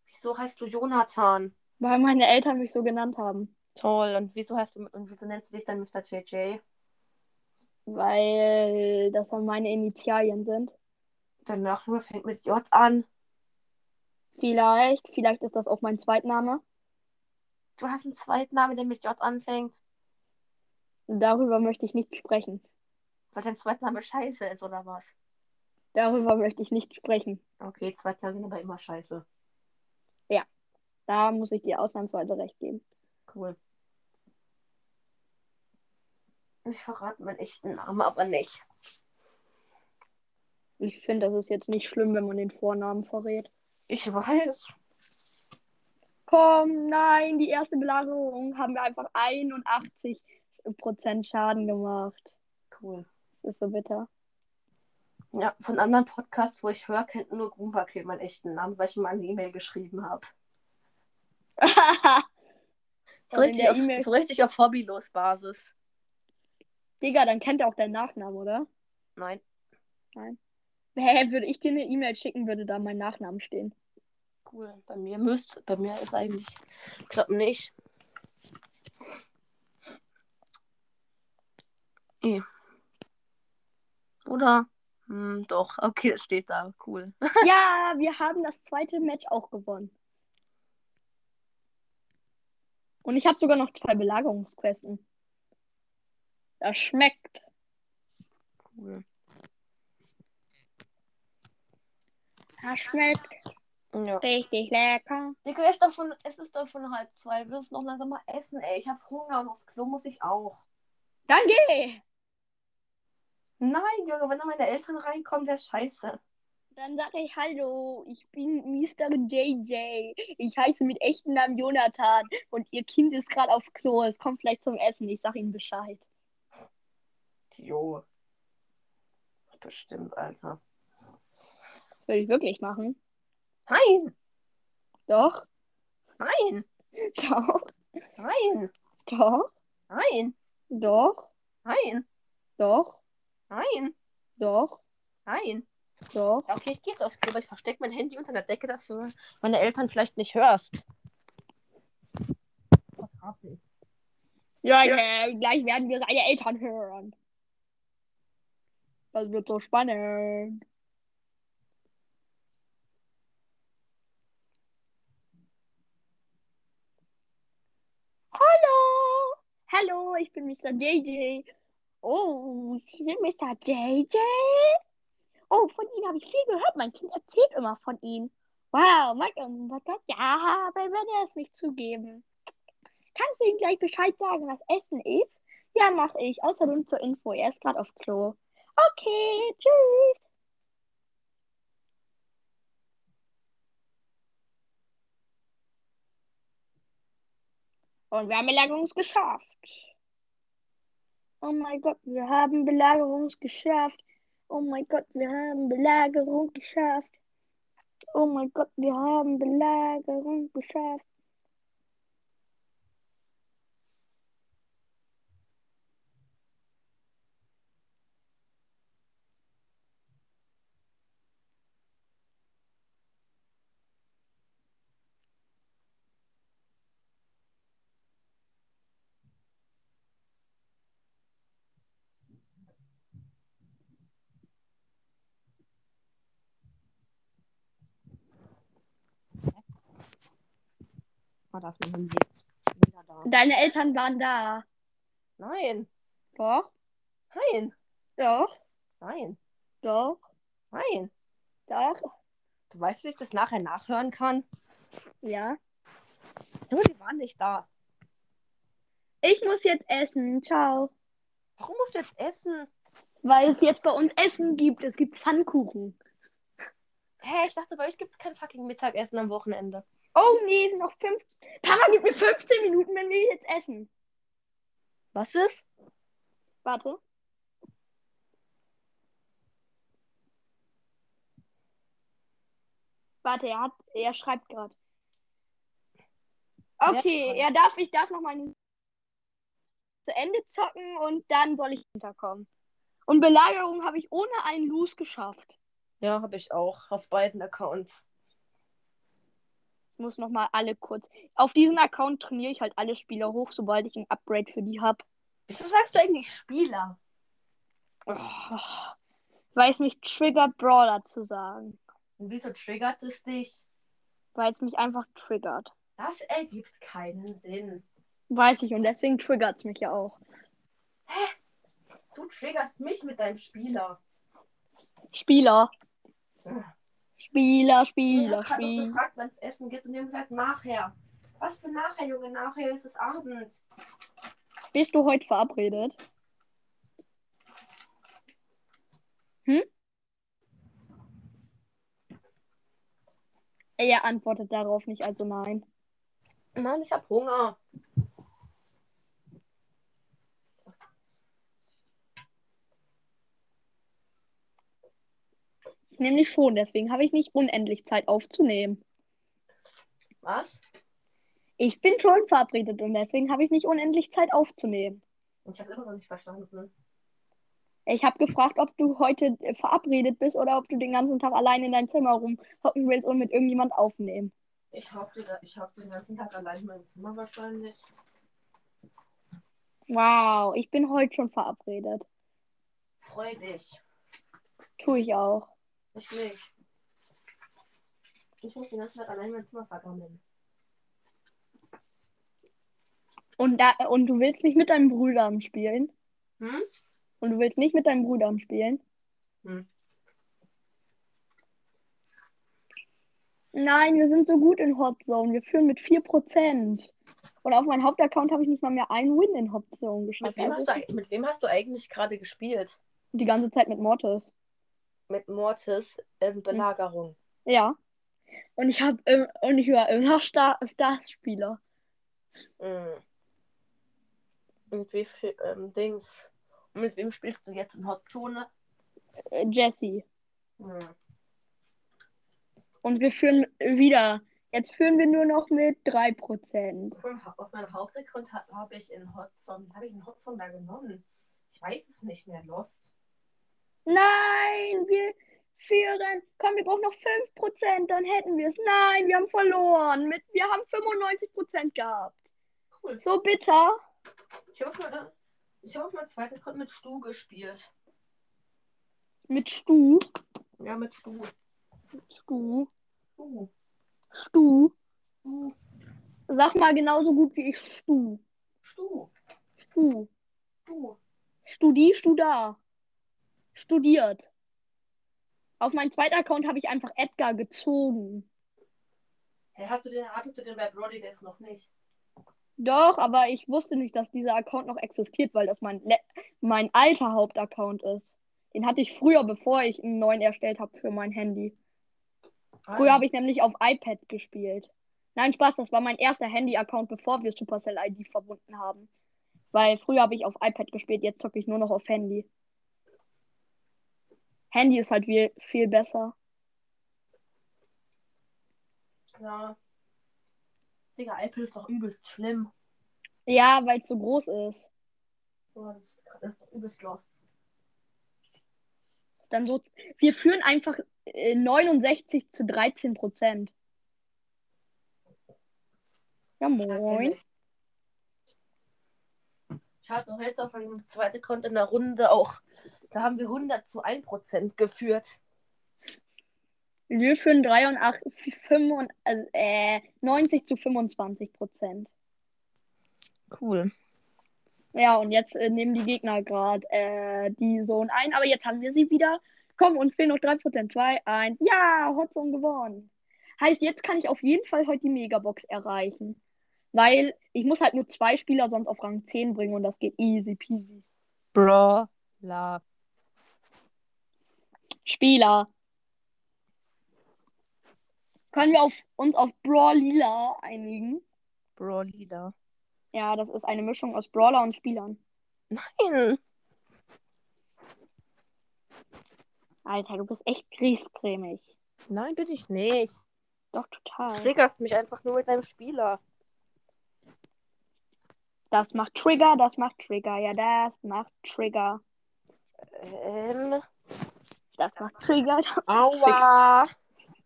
B: Wieso heißt du Jonathan?
D: Weil meine Eltern mich so genannt haben.
B: Toll. Und wieso heißt du und wieso nennst du dich dann Mr. JJ?
D: Weil das dann meine Initialien sind.
B: Dein Nachname fängt mit J an.
D: Vielleicht, vielleicht ist das auch mein Zweitname.
B: Du hast einen zweiten Namen, der mit J anfängt.
D: Darüber möchte ich nicht sprechen.
B: Weil dein zweiter Name scheiße ist, oder was?
D: Darüber möchte ich nicht sprechen.
B: Okay, Zweitnamen sind aber immer scheiße.
D: Da muss ich dir ausnahmsweise recht geben.
B: Cool. Ich verrate meinen echten Namen aber nicht.
D: Ich finde, das ist jetzt nicht schlimm, wenn man den Vornamen verrät.
B: Ich weiß.
D: Komm, nein, die erste Belagerung haben wir einfach 81% Schaden gemacht.
B: Cool.
D: Das ist so bitter.
B: Ja, von anderen Podcasts, wo ich höre, kennt nur Grumpa Kill meinen echten Namen, weil ich ihm mal eine E-Mail geschrieben habe. So,
D: Und in
B: richtig
D: der
B: auf-
D: E-Mail,
B: so richtig auf Hobbylos-Basis.
D: Digga, dann kennt er auch deinen Nachnamen, oder?
B: Nein.
D: Hä, würde ich dir eine E-Mail schicken, würde da mein Nachname stehen.
B: Cool. Bei mir müsst, bei mir ist eigentlich, ich glaube nicht. Eh. Oder? Hm, doch. Okay, es steht da. Cool.
D: ja, wir haben das zweite Match auch gewonnen. Und ich habe sogar noch zwei Belagerungsquesten. Das schmeckt.
B: Cool.
D: Das schmeckt
B: Ja.
D: richtig lecker.
B: Nico, es ist doch schon, es ist doch schon halb zwei. Wir müssen noch langsam mal essen, ey. Ich habe Hunger und aufs Klo muss ich auch.
D: Dann geh!
B: Nein, Junge, wenn da meine Eltern reinkommen, wäre scheiße.
D: Dann sage ich Hallo, ich bin Mr. JJ. Ich heiße mit echten Namen Jonathan und ihr Kind ist gerade auf Klo. Es kommt vielleicht zum Essen. Ich sag Ihnen Bescheid.
B: Jo. Bestimmt, Alter.
D: Würde ich wirklich machen.
B: Nein,
D: Doch,
B: nein,
D: doch,
B: nein,
D: doch,
B: nein,
D: doch,
B: nein,
D: doch,
B: nein,
D: doch,
B: nein.
D: doch.
B: Ja, okay, ich geh jetzt aufs Klo, aber ich verstecke mein Handy unter der Decke, dass du meine Eltern vielleicht nicht hörst. Was hab ich?
D: Leute, gleich werden wir seine Eltern hören. Das wird so spannend. Hallo! Hallo, ich bin Mr. JJ. Oh, Sie sind Mr. JJ? Oh, von Ihnen habe ich viel gehört. Mein Kind erzählt immer von Ihnen. Wow, mein Gott, ja, aber ich werde es nicht zugeben. Kannst du ihm gleich Bescheid sagen, was Essen ist? Ja, mach ich. Außerdem zur Info, er ist gerade auf Klo. Okay, tschüss. Und wir haben Belagerungsgeschafft. Oh mein Gott, wir haben Belagerungsgeschafft. Oh mein Gott, wir haben Belagerung geschafft. Oh mein Gott, wir haben Belagerung geschafft.
B: Ah, da ist mein Handy. Ich bin wieder da.
D: Deine Eltern waren da.
B: Nein,
D: Doch,
B: nein,
D: doch,
B: nein,
D: doch,
B: nein.
D: doch.
B: Du weißt, dass ich das nachher nachhören kann?
D: Ja.
B: Junge, die waren nicht da.
D: Ich muss jetzt essen. Ciao.
B: Warum musst du jetzt essen?
D: Weil es jetzt bei uns Essen gibt. Es gibt Pfannkuchen.
B: Hä, ich dachte, bei euch gibt es kein fucking Mittagessen am Wochenende.
D: Oh nee, noch fünf. Papa gibt mir 15 Minuten, wenn wir jetzt essen.
B: Was ist?
D: Warte. Warte, er hat, er schreibt gerade.
B: Wer
D: Okay,
B: schreibt?
D: er darf, ich darf noch mal ein- zu Ende zocken und dann soll ich hinterkommen. Und Belagerung habe ich ohne einen Lose geschafft.
B: Ja, habe ich auch. Auf beiden Accounts.
D: Ich muss nochmal alle kurz. Auf diesem Account trainiere ich halt alle Spieler hoch, sobald ich ein Upgrade für die habe.
B: Wieso sagst du eigentlich Spieler?
D: Oh. Weil es mich triggert, Brawler zu sagen.
B: Und wieso triggert es dich?
D: Weil es mich einfach triggert.
B: Das ergibt keinen Sinn.
D: Weiß ich und deswegen triggert es mich ja auch.
B: Du triggerst mich mit deinem Spieler.
D: Spieler.
B: Ja.
D: Spieler,
B: Ich
D: Spieler,
B: hab grad noch
D: Spieler.
B: gefragt, wann es Essen gibt und die haben gesagt, nachher. Was für nachher, Junge? Nachher ist es Abend.
D: Bist du heute verabredet? Hm? Er antwortet darauf nicht, also nein.
B: Mann, ich hab Hunger.
D: Nämlich schon, deswegen habe ich nicht unendlich Zeit aufzunehmen.
B: Was?
D: Ich bin schon verabredet und deswegen habe ich nicht unendlich Zeit aufzunehmen.
B: Ich habe immer noch nicht verstanden.
D: Ich habe gefragt, ob du heute äh, verabredet bist oder ob du den ganzen Tag allein in deinem Zimmer rumhocken willst und mit irgendjemand aufnehmen.
B: Ich hab, den, ich hab den ganzen Tag allein in meinem Zimmer wahrscheinlich.
D: Wow, ich bin heute schon verabredet.
B: Freu dich.
D: Tue ich auch.
B: Ich nicht. Ich muss den ganzen Tag allein in meinem Zimmer vergammeln.
D: Und, da, äh, und du willst nicht mit deinen Brüdern spielen?
B: Hm?
D: Und du willst nicht mit deinen Brüdern spielen?
B: Hm.
D: Nein, wir sind so gut in Hot Zone. Wir führen mit 4%. Und auf meinem Hauptaccount habe ich nicht mal mehr einen Win in Hot Zone
B: Mit
D: geschafft.
B: wem,
D: Also
B: hast du, eig- mit wem hast du eigentlich gerade gespielt?
D: die ganze Zeit mit Mortis.
B: Mit Mortis in Belagerung.
D: Ja. Und ich habe und ich war immer noch Star Stars-Spieler.
B: Mhm. Und wie viel ähm, Dings? Und mit wem spielst du jetzt in Hotzone? Hm.
D: Äh, Jesse.
B: Mhm.
D: Und Und wir führen wieder. Jetzt führen wir nur noch mit 3%.
B: Auf meinem, Hau- auf meinem Hauptaccount habe hab ich in Hotzone, habe ich einen Hotzone da genommen. Ich weiß es nicht mehr, Lost.
D: Nein, wir führen. Komm, wir brauchen noch 5%, dann hätten wir es. Nein, wir haben verloren. Mit, wir haben 95% gehabt.
B: Cool.
D: So bitter.
B: Ich habe auf, meinem- ich hab auf meinem zweiten Account mit Stu gespielt.
D: Mit Stu.
B: Ja, mit Stu.
D: Stu.
B: Stu.
D: Stu.
B: Stu.
D: Sag mal genauso gut wie ich Stu.
B: Stu.
D: Stu.
B: Stu.
D: Studi, Studa. Studiert. Auf meinen zweiten Account habe ich einfach Edgar gezogen.
B: Hey, hast du den, hattest du den bei Brody Days noch nicht?
D: Doch, aber ich wusste nicht, dass dieser Account noch existiert, weil das mein, le- mein alter Hauptaccount ist. Den hatte ich früher, bevor ich einen neuen erstellt habe für mein Handy.
E: Ah,
D: Früher habe ich nämlich auf iPad gespielt. Nein, Spaß, das war mein erster Handy-Account, bevor wir Supercell ID verbunden haben. Weil früher habe ich auf iPad gespielt, jetzt zocke ich nur noch auf Handy. Handy ist halt viel, viel besser.
B: Ja. Digga, Apple ist doch übelst schlimm.
D: Ja, weil es so groß ist.
B: Boah, Oh, das ist, das ist doch übelst lost.
D: Dann so, wir führen einfach äh, 69 zu 13 Prozent. Ja, moin.
B: Ich hatte noch jetzt auf meinem zweiten Account in der Runde auch. Da haben wir 100 zu 1% geführt.
D: Wir führen 83, 85, also, äh, 90 zu 25 Prozent.
B: Cool.
D: Ja, und jetzt äh, nehmen die Gegner gerade äh, die Zone ein, aber jetzt haben wir sie wieder. Komm, uns fehlen noch 3%. 2, 1. Ja, Hotzone gewonnen. Heißt, jetzt kann ich auf jeden Fall heute die Megabox erreichen. Weil ich muss halt nur zwei Spieler sonst auf Rang 10 bringen und das geht easy peasy.
E: Bro. La.
D: Spieler. Können wir auf, uns auf Brawlila einigen?
E: Bro. Lila.
D: Ja, das ist eine Mischung aus Brawler und Spielern.
E: Nein.
D: Alter, du bist echt grießcremig.
E: Nein, bin ich nicht.
D: Doch, total.
E: Triggerst mich einfach nur mit deinem Spieler.
D: Das macht Trigger, das macht Trigger, ja, das macht Trigger.
E: Ähm.
D: Das macht Trigger. das-
E: Aua.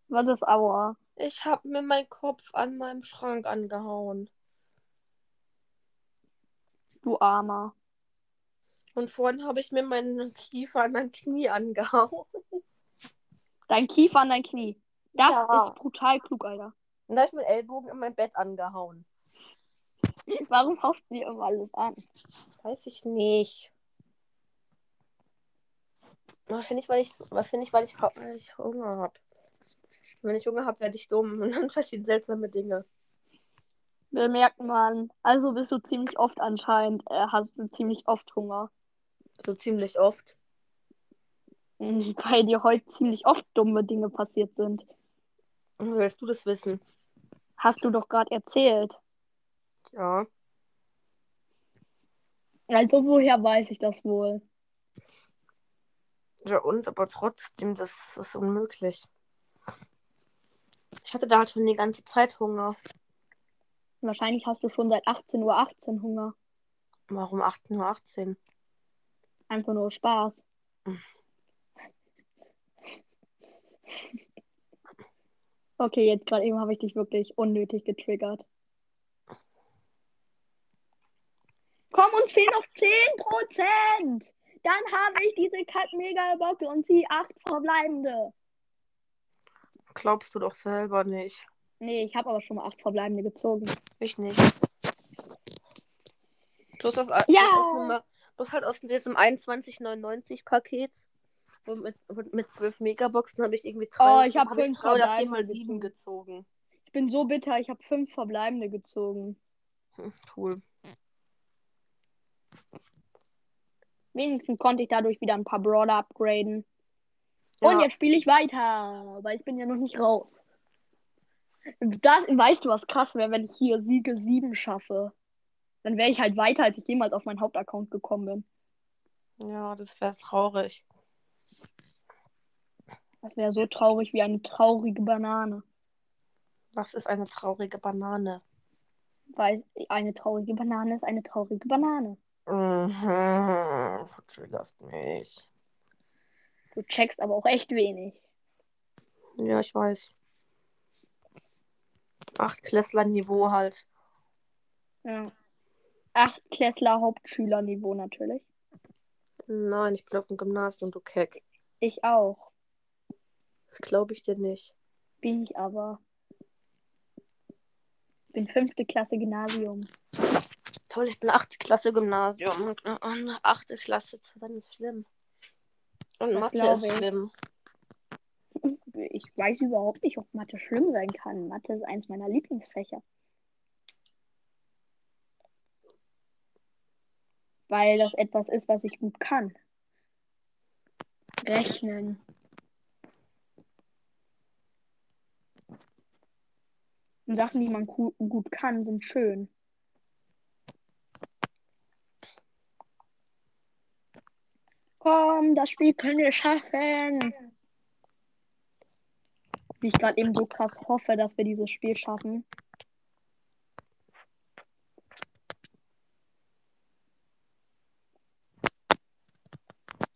D: Was ist Aua?
E: Ich hab mir meinen Kopf an meinem Schrank angehauen.
D: Du Armer.
E: Und vorhin habe ich mir meinen Kiefer an mein Knie angehauen.
D: Dein Kiefer an dein Knie. Das
E: Ja.
D: ist brutal klug, Alter.
E: Und da habe ich meinen Ellbogen in mein Bett angehauen.
D: Warum haust du dir immer alles an?
E: Weiß ich nicht. Wahrscheinlich, weil ich, wahrscheinlich, weil ich, weil ich Hunger habe. Wenn ich Hunger habe, werde ich dumm. Und dann passieren seltsame Dinge.
D: Wir merken man. Also bist du ziemlich oft anscheinend, äh, hast du ziemlich oft Hunger.
E: So ziemlich oft.
D: Mhm, Weil dir heute ziemlich oft dumme Dinge passiert sind.
E: Und Willst du das wissen?
D: Hast du doch gerade erzählt.
E: Ja.
D: Also woher weiß ich das wohl?
E: Ja, und aber trotzdem, das ist unmöglich. Ich hatte da halt schon die ganze Zeit Hunger.
D: Wahrscheinlich hast du schon seit 18.18 Uhr Hunger.
E: Warum 18.18 Uhr? 18?
D: Einfach nur Spaß. Okay, jetzt gerade eben habe ich dich wirklich unnötig getriggert. Komm, uns fehlen noch 10%! Dann habe ich diese Cut Mega Box und die 8 verbleibende.
E: Glaubst du doch selber nicht.
D: Nee, ich habe aber schon mal 8 verbleibende gezogen.
E: Ich nicht. Bloß, aus,
D: Ja.
E: bloß, aus Nummer, bloß halt aus diesem 21,99-Paket. wo Mit, wo- mit 12 Megaboxen habe ich irgendwie
D: Oh,
E: drei,
D: ich hab
E: hab ich
D: fünf
E: drei oder
D: verbleibende
E: vier mal sieben gezogen.
D: Ich bin so bitter, ich habe 5 verbleibende gezogen.
E: Hm, Cool.
D: Wenigstens konnte ich dadurch wieder ein paar Brawler upgraden. Und
E: Ja.
D: jetzt spiele ich weiter, weil ich bin ja noch nicht raus. Das, weißt du, was krass wäre, wenn ich hier Siege 7 schaffe? Dann wäre ich halt weiter, als ich jemals auf meinen Hauptaccount gekommen bin.
E: Ja, das wäre traurig.
D: Das wäre so traurig wie eine traurige Banane.
E: Was ist eine traurige Banane?
D: Weil eine traurige Banane ist eine traurige Banane.
E: Mhm, du triggerst mich.
D: Du checkst aber auch echt wenig.
E: Ja, ich weiß. Achtklässler-Niveau halt.
D: Ja. Achtklässler Hauptschülerniveau natürlich.
E: Nein, ich bin auf dem Gymnasium, du Keck.
D: Ich auch.
E: Das glaube ich dir nicht.
D: Bin ich aber. Bin fünfte Klasse Gymnasium.
E: Toll, ich bin 8. Klasse Gymnasium. Und, und 8. Klasse zu sein ist schlimm. Und
D: Das
E: Mathe
D: glaub
E: ist
D: ich.
E: schlimm.
D: Ich weiß überhaupt nicht, ob Mathe schlimm sein kann. Mathe ist eins meiner Lieblingsfächer. Weil das etwas ist, was ich gut kann. Rechnen. Und Sachen, die man ku- gut kann, sind schön. Komm, das Spiel können wir schaffen. Wie ich gerade eben so krass hoffe, dass wir dieses Spiel schaffen.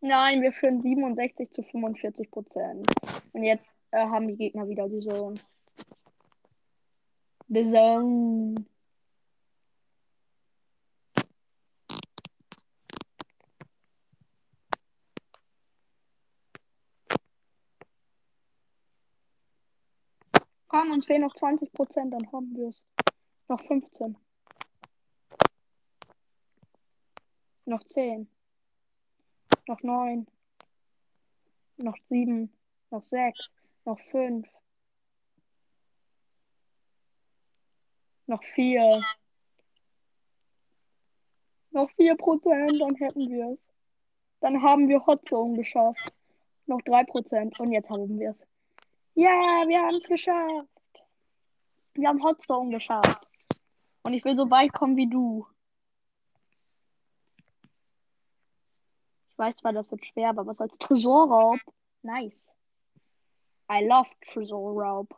D: Nein, wir führen 67 zu 45 Prozent. Und jetzt äh, haben die Gegner wieder die Zone. The Zone. Komm, uns fehlen noch 20 Prozent, dann haben wir es. Noch 15. Noch 10. Noch 9. Noch 7. Noch 6. Noch 5. Noch 4. Noch 4 Prozent, dann hätten wir es. Dann haben wir Hot Zone geschafft. Noch 3 Prozent und jetzt haben wir es. Ja, wir haben es geschafft. Wir haben Hot Zone geschafft. Und ich will so weit kommen wie du. Ich weiß zwar, das wird schwer, aber was als Tresorraub? Nice. I love Tresorraub.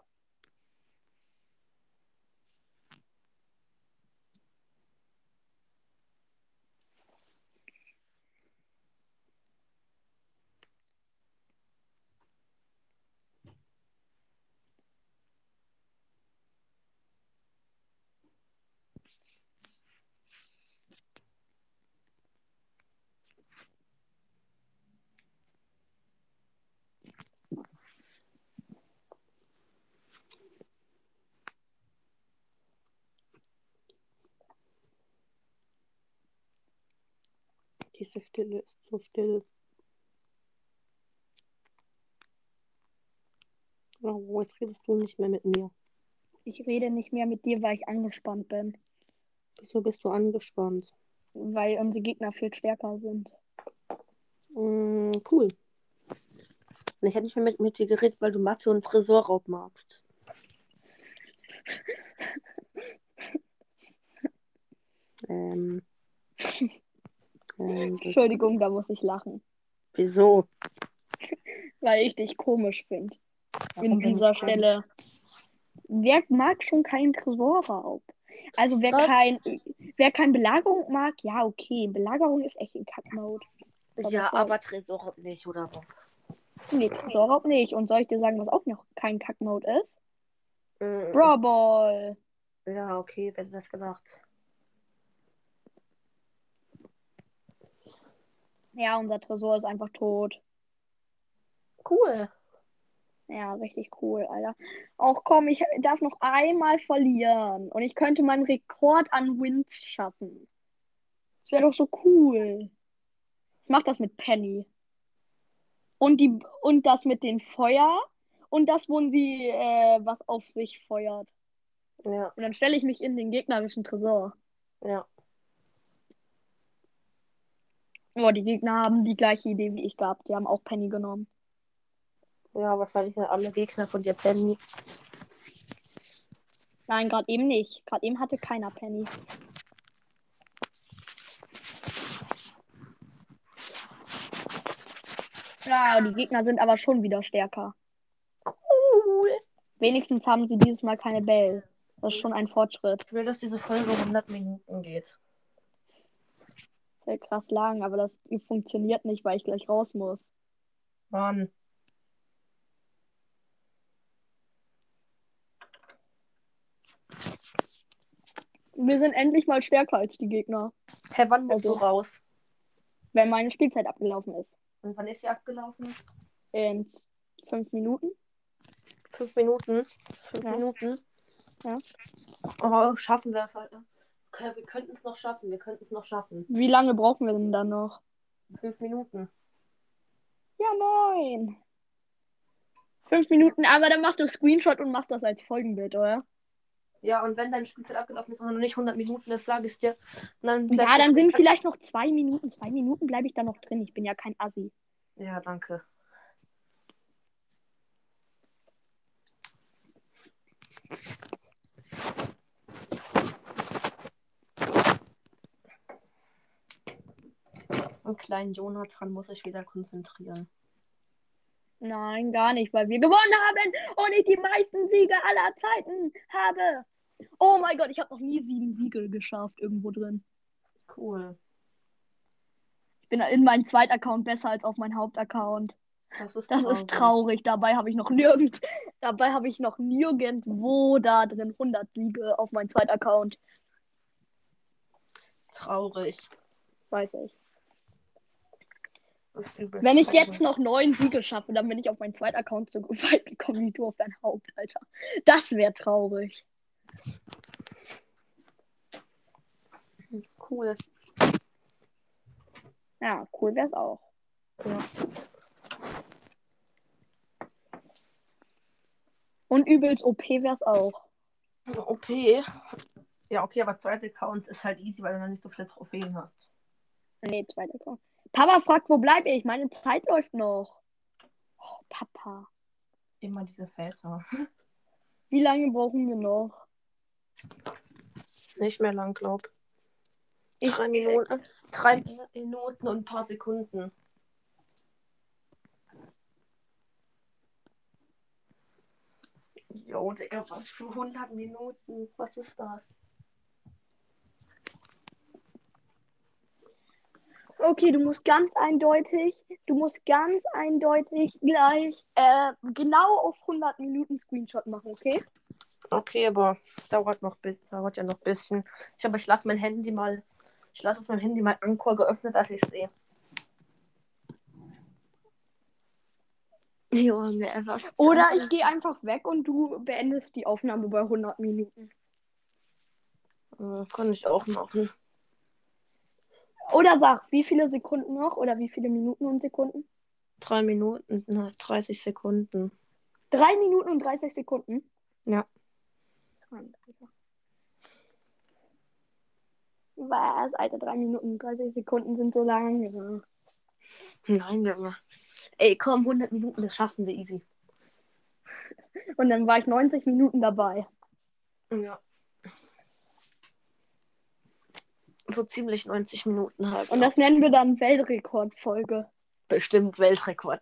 E: Diese Stille ist so still. Oh, jetzt redest du nicht mehr mit mir.
D: Ich rede nicht mehr mit dir, weil ich angespannt bin.
E: Wieso bist du angespannt?
D: Weil unsere Gegner viel stärker sind.
E: Mm, cool. Und ich hätte nicht mehr mit, mit dir geredet, weil du Mathe und Tresorraub magst. ähm. ähm das-
D: Entschuldigung, da muss ich lachen.
E: wieso?
D: Weil ich dich komisch finde.
E: Warum
D: In
E: bin ich
D: dieser
E: komisch?
D: Stelle. Wer mag schon keinen Tresorraub? Also wer
B: Was?
D: kein, wer kein Belagerung mag, ja, okay. Belagerung ist echt in Kackmode.
E: Ja,
D: aber
E: aber Tresorraub nicht, oder?
D: Nee, Tresorraub nicht. Und soll ich dir sagen, was auch noch kein Kackmode ist?
B: Mm,
D: Brawlball.
E: Ja, okay, wer hätte das gedacht?
D: Ja, unser Tresor ist einfach tot.
E: Cool.
D: Ja, richtig cool, Alter. Auch komm, ich darf noch einmal verlieren. Und ich könnte meinen Rekord an Wins schaffen. Das wäre doch so cool. Ich mach das mit Penny. Und, die, und das mit dem Feuer. Und das, wo sie äh, was auf sich feuert.
E: Ja,
D: Und dann stelle ich mich in den gegnerischen Tresor.
E: ja.
D: Boah, die Gegner haben die gleiche Idee wie ich gehabt. Die haben auch Penny genommen.
E: Ja, wahrscheinlich sind alle Gegner von dir Penny.
D: Nein, gerade eben nicht. Gerade eben hatte keiner Penny. Ja, die Gegner sind aber schon wieder stärker.
B: Cool.
D: Wenigstens haben sie dieses Mal keine Bell. Das ist schon ein Fortschritt.
B: Ich will, dass diese Folge 100 Minuten geht.
D: Sehr krass lang, aber das funktioniert nicht, weil ich gleich raus muss.
B: Mann.
D: Wir sind endlich mal stärker als die Gegner,
B: Hä, wann bist
D: Also-
B: du raus?
D: wenn meine Spielzeit abgelaufen ist.
B: Und wann ist sie abgelaufen?
D: In fünf Minuten.
B: Fünf Minuten. Fünf
D: Ja.
B: Minuten.
D: Ja.
B: Oh, schaffen wir. Okay, wir könnten es noch schaffen. Wir könnten es noch schaffen.
D: Wie lange brauchen wir denn dann noch?
B: Fünf Minuten.
D: Ja, moin. Fünf Minuten, aber dann machst du Screenshot und machst das als Folgenbild, oder?
B: Ja, und wenn deine Spielzeit abgelaufen ist und noch nicht 100 Minuten ist, sage ich dir. Dann bleibst
D: Ja,
B: du-
D: dann sind vielleicht noch zwei Minuten. Zwei Minuten bleibe ich dann noch drin. Ich bin ja kein Assi.
B: Ja, danke. Und kleinen Jonathan muss ich wieder konzentrieren.
D: Nein, gar nicht, weil wir gewonnen haben und ich die meisten Siege aller Zeiten habe. Oh mein Gott, ich habe noch nie sieben Siegel geschafft irgendwo drin.
B: Cool.
D: Ich bin in meinem Zweitaccount besser als auf meinem Hauptaccount.
B: Das ist
D: Das
B: traurig.
D: ist traurig. Dabei habe ich noch nirgend, dabei habe ich noch nirgendwo da drin 100 Siege auf meinem Zweitaccount.
B: Traurig.
D: Weiß ich.
B: Das ist übel
D: Wenn ich
B: traurig.
D: jetzt noch neun Siege schaffe, dann bin ich auf meinen zweiten Account so weit gekommen wie du auf dein Haupt, Alter. Das wäre traurig.
B: Cool.
D: Ja, cool wär's auch.
B: Ja.
D: Und übelst OP wär's auch.
B: OP. Ja, okay, aber zweite Account ist halt easy, weil du noch nicht so viele Trophäen hast.
D: Nee, zweiter Account. Papa fragt, wo bleib ich? Meine Zeit läuft noch. Oh, Papa.
B: Immer diese Väter.
D: Wie lange brauchen wir noch?
B: Nicht mehr lang, glaub.
D: Ich-
B: drei Minuten. Drei Minuten und ein paar Sekunden. Jo, Digga, was für 100 Minuten? Was ist das?
D: Okay, du musst ganz eindeutig, du musst ganz eindeutig gleich äh, genau auf 100 Minuten Screenshot machen, okay?
B: Okay, aber dauert noch bi- dauert ja noch ein bisschen. Ich aber ich lasse mein Handy mal. Ich lasse auf meinem Handy mal Anchor geöffnet, dass ich sehe. Junge, was?
D: Oder ich gehe einfach weg und du beendest die Aufnahme bei 100 Minuten.
B: Hm, Kann ich auch machen.
D: Oder sag, wie viele Sekunden noch oder wie viele Minuten und Sekunden?
B: Drei Minuten, na, 30 Sekunden.
D: Drei Minuten und 30 Sekunden?
B: Ja.
D: Was, Alter, drei Minuten und 30 Sekunden sind so lang.
B: Nein, Junge. Ey, komm, 100 Minuten, das schaffen wir easy.
D: Und dann war ich 90 Minuten dabei.
B: Ja. So ziemlich 90 Minuten halt.
D: Und das nennen wir dann Weltrekordfolge.
B: bestimmt Weltrekord.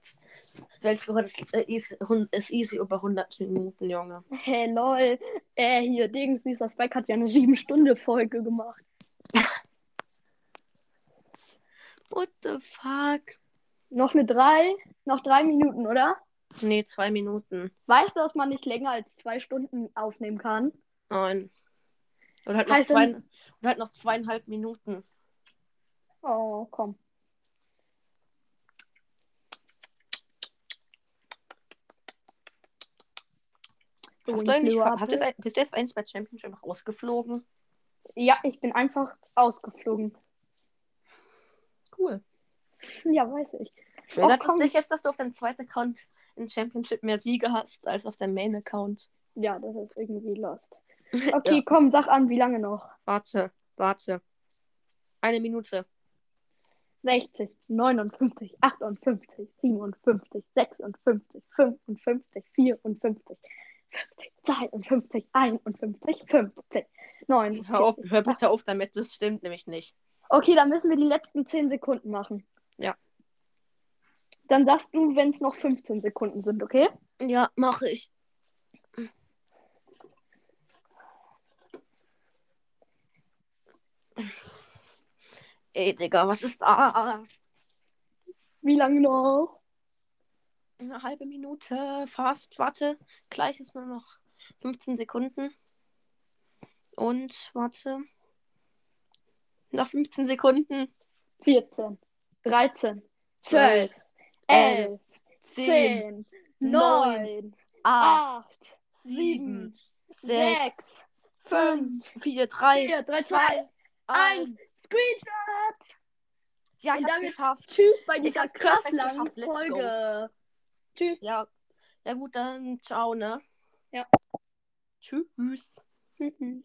B: Weltrekord ist, äh, easy, hun- ist easy über 100 Minuten, Junge.
D: Hey, lol. Äh, hier, Dings, dieser Spike hat ja eine 7-Stunde-Folge gemacht.
B: What the fuck?
D: Noch eine 3, noch drei Minuten, oder?
B: Nee, zwei Minuten.
D: Weißt du, dass man nicht länger als zwei Stunden aufnehmen kann?
B: Nein. Und halt noch,
D: Heißt
B: zwei,
D: denn-
B: und halt noch zweieinhalb Minuten.
D: Oh, komm. So,
B: Hast
D: ich ne?
B: du eigentlich,
D: lebe ab.
B: hast du jetzt, ein- bist du jetzt eigentlich bei Championship rausgeflogen?
D: Ja, ich bin einfach ausgeflogen.
B: Cool.
D: Ja, weiß ich.
B: Wundert
D: komm.
B: es dich jetzt, dass du auf deinem zweiten Account in Championship mehr Siege hast als auf deinem Main-Account?
D: Ja, das ist irgendwie lost. Okay, komm, sag an, wie lange noch?
B: Warte, warte. Eine Minute.
D: 60, 59, 58, 57, 56, 55, 54, 50, 52, 51, 50, 49.
B: Hör, auf, hör bitte auf damit, das stimmt nämlich nicht.
D: Okay, dann müssen wir die letzten 10 Sekunden machen.
B: Ja.
D: Dann sagst du, wenn es noch 15 Sekunden sind, okay?
E: Ja, mache ich. Ey, Digga, was ist das?
D: Wie lange noch?
E: Eine halbe Minute, fast, warte. Gleich ist nur noch 15 Sekunden. Und, warte. Noch 15 Sekunden.
D: 14, 13, 12, 11,
E: 10,
D: 10, 9,
E: 8,
D: 8,
E: 7,
D: 7,
E: 6,
D: 6, 5,
E: 4, 3,
D: 4, 3, 2,
E: 2, 1.
D: 1. Screenshot!
E: Ja, ich
D: Und
E: hab's
D: damit-
E: geschafft.
D: Tschüss bei
E: Ich
D: dieser
E: hab's
D: krass
E: perfekt
D: langen
E: geschafft. Let's go.
D: Folge. Tschüss.
E: Ja. Ja, gut, dann ciao, ne?
D: Ja.
E: Tschüss.
D: Mhm.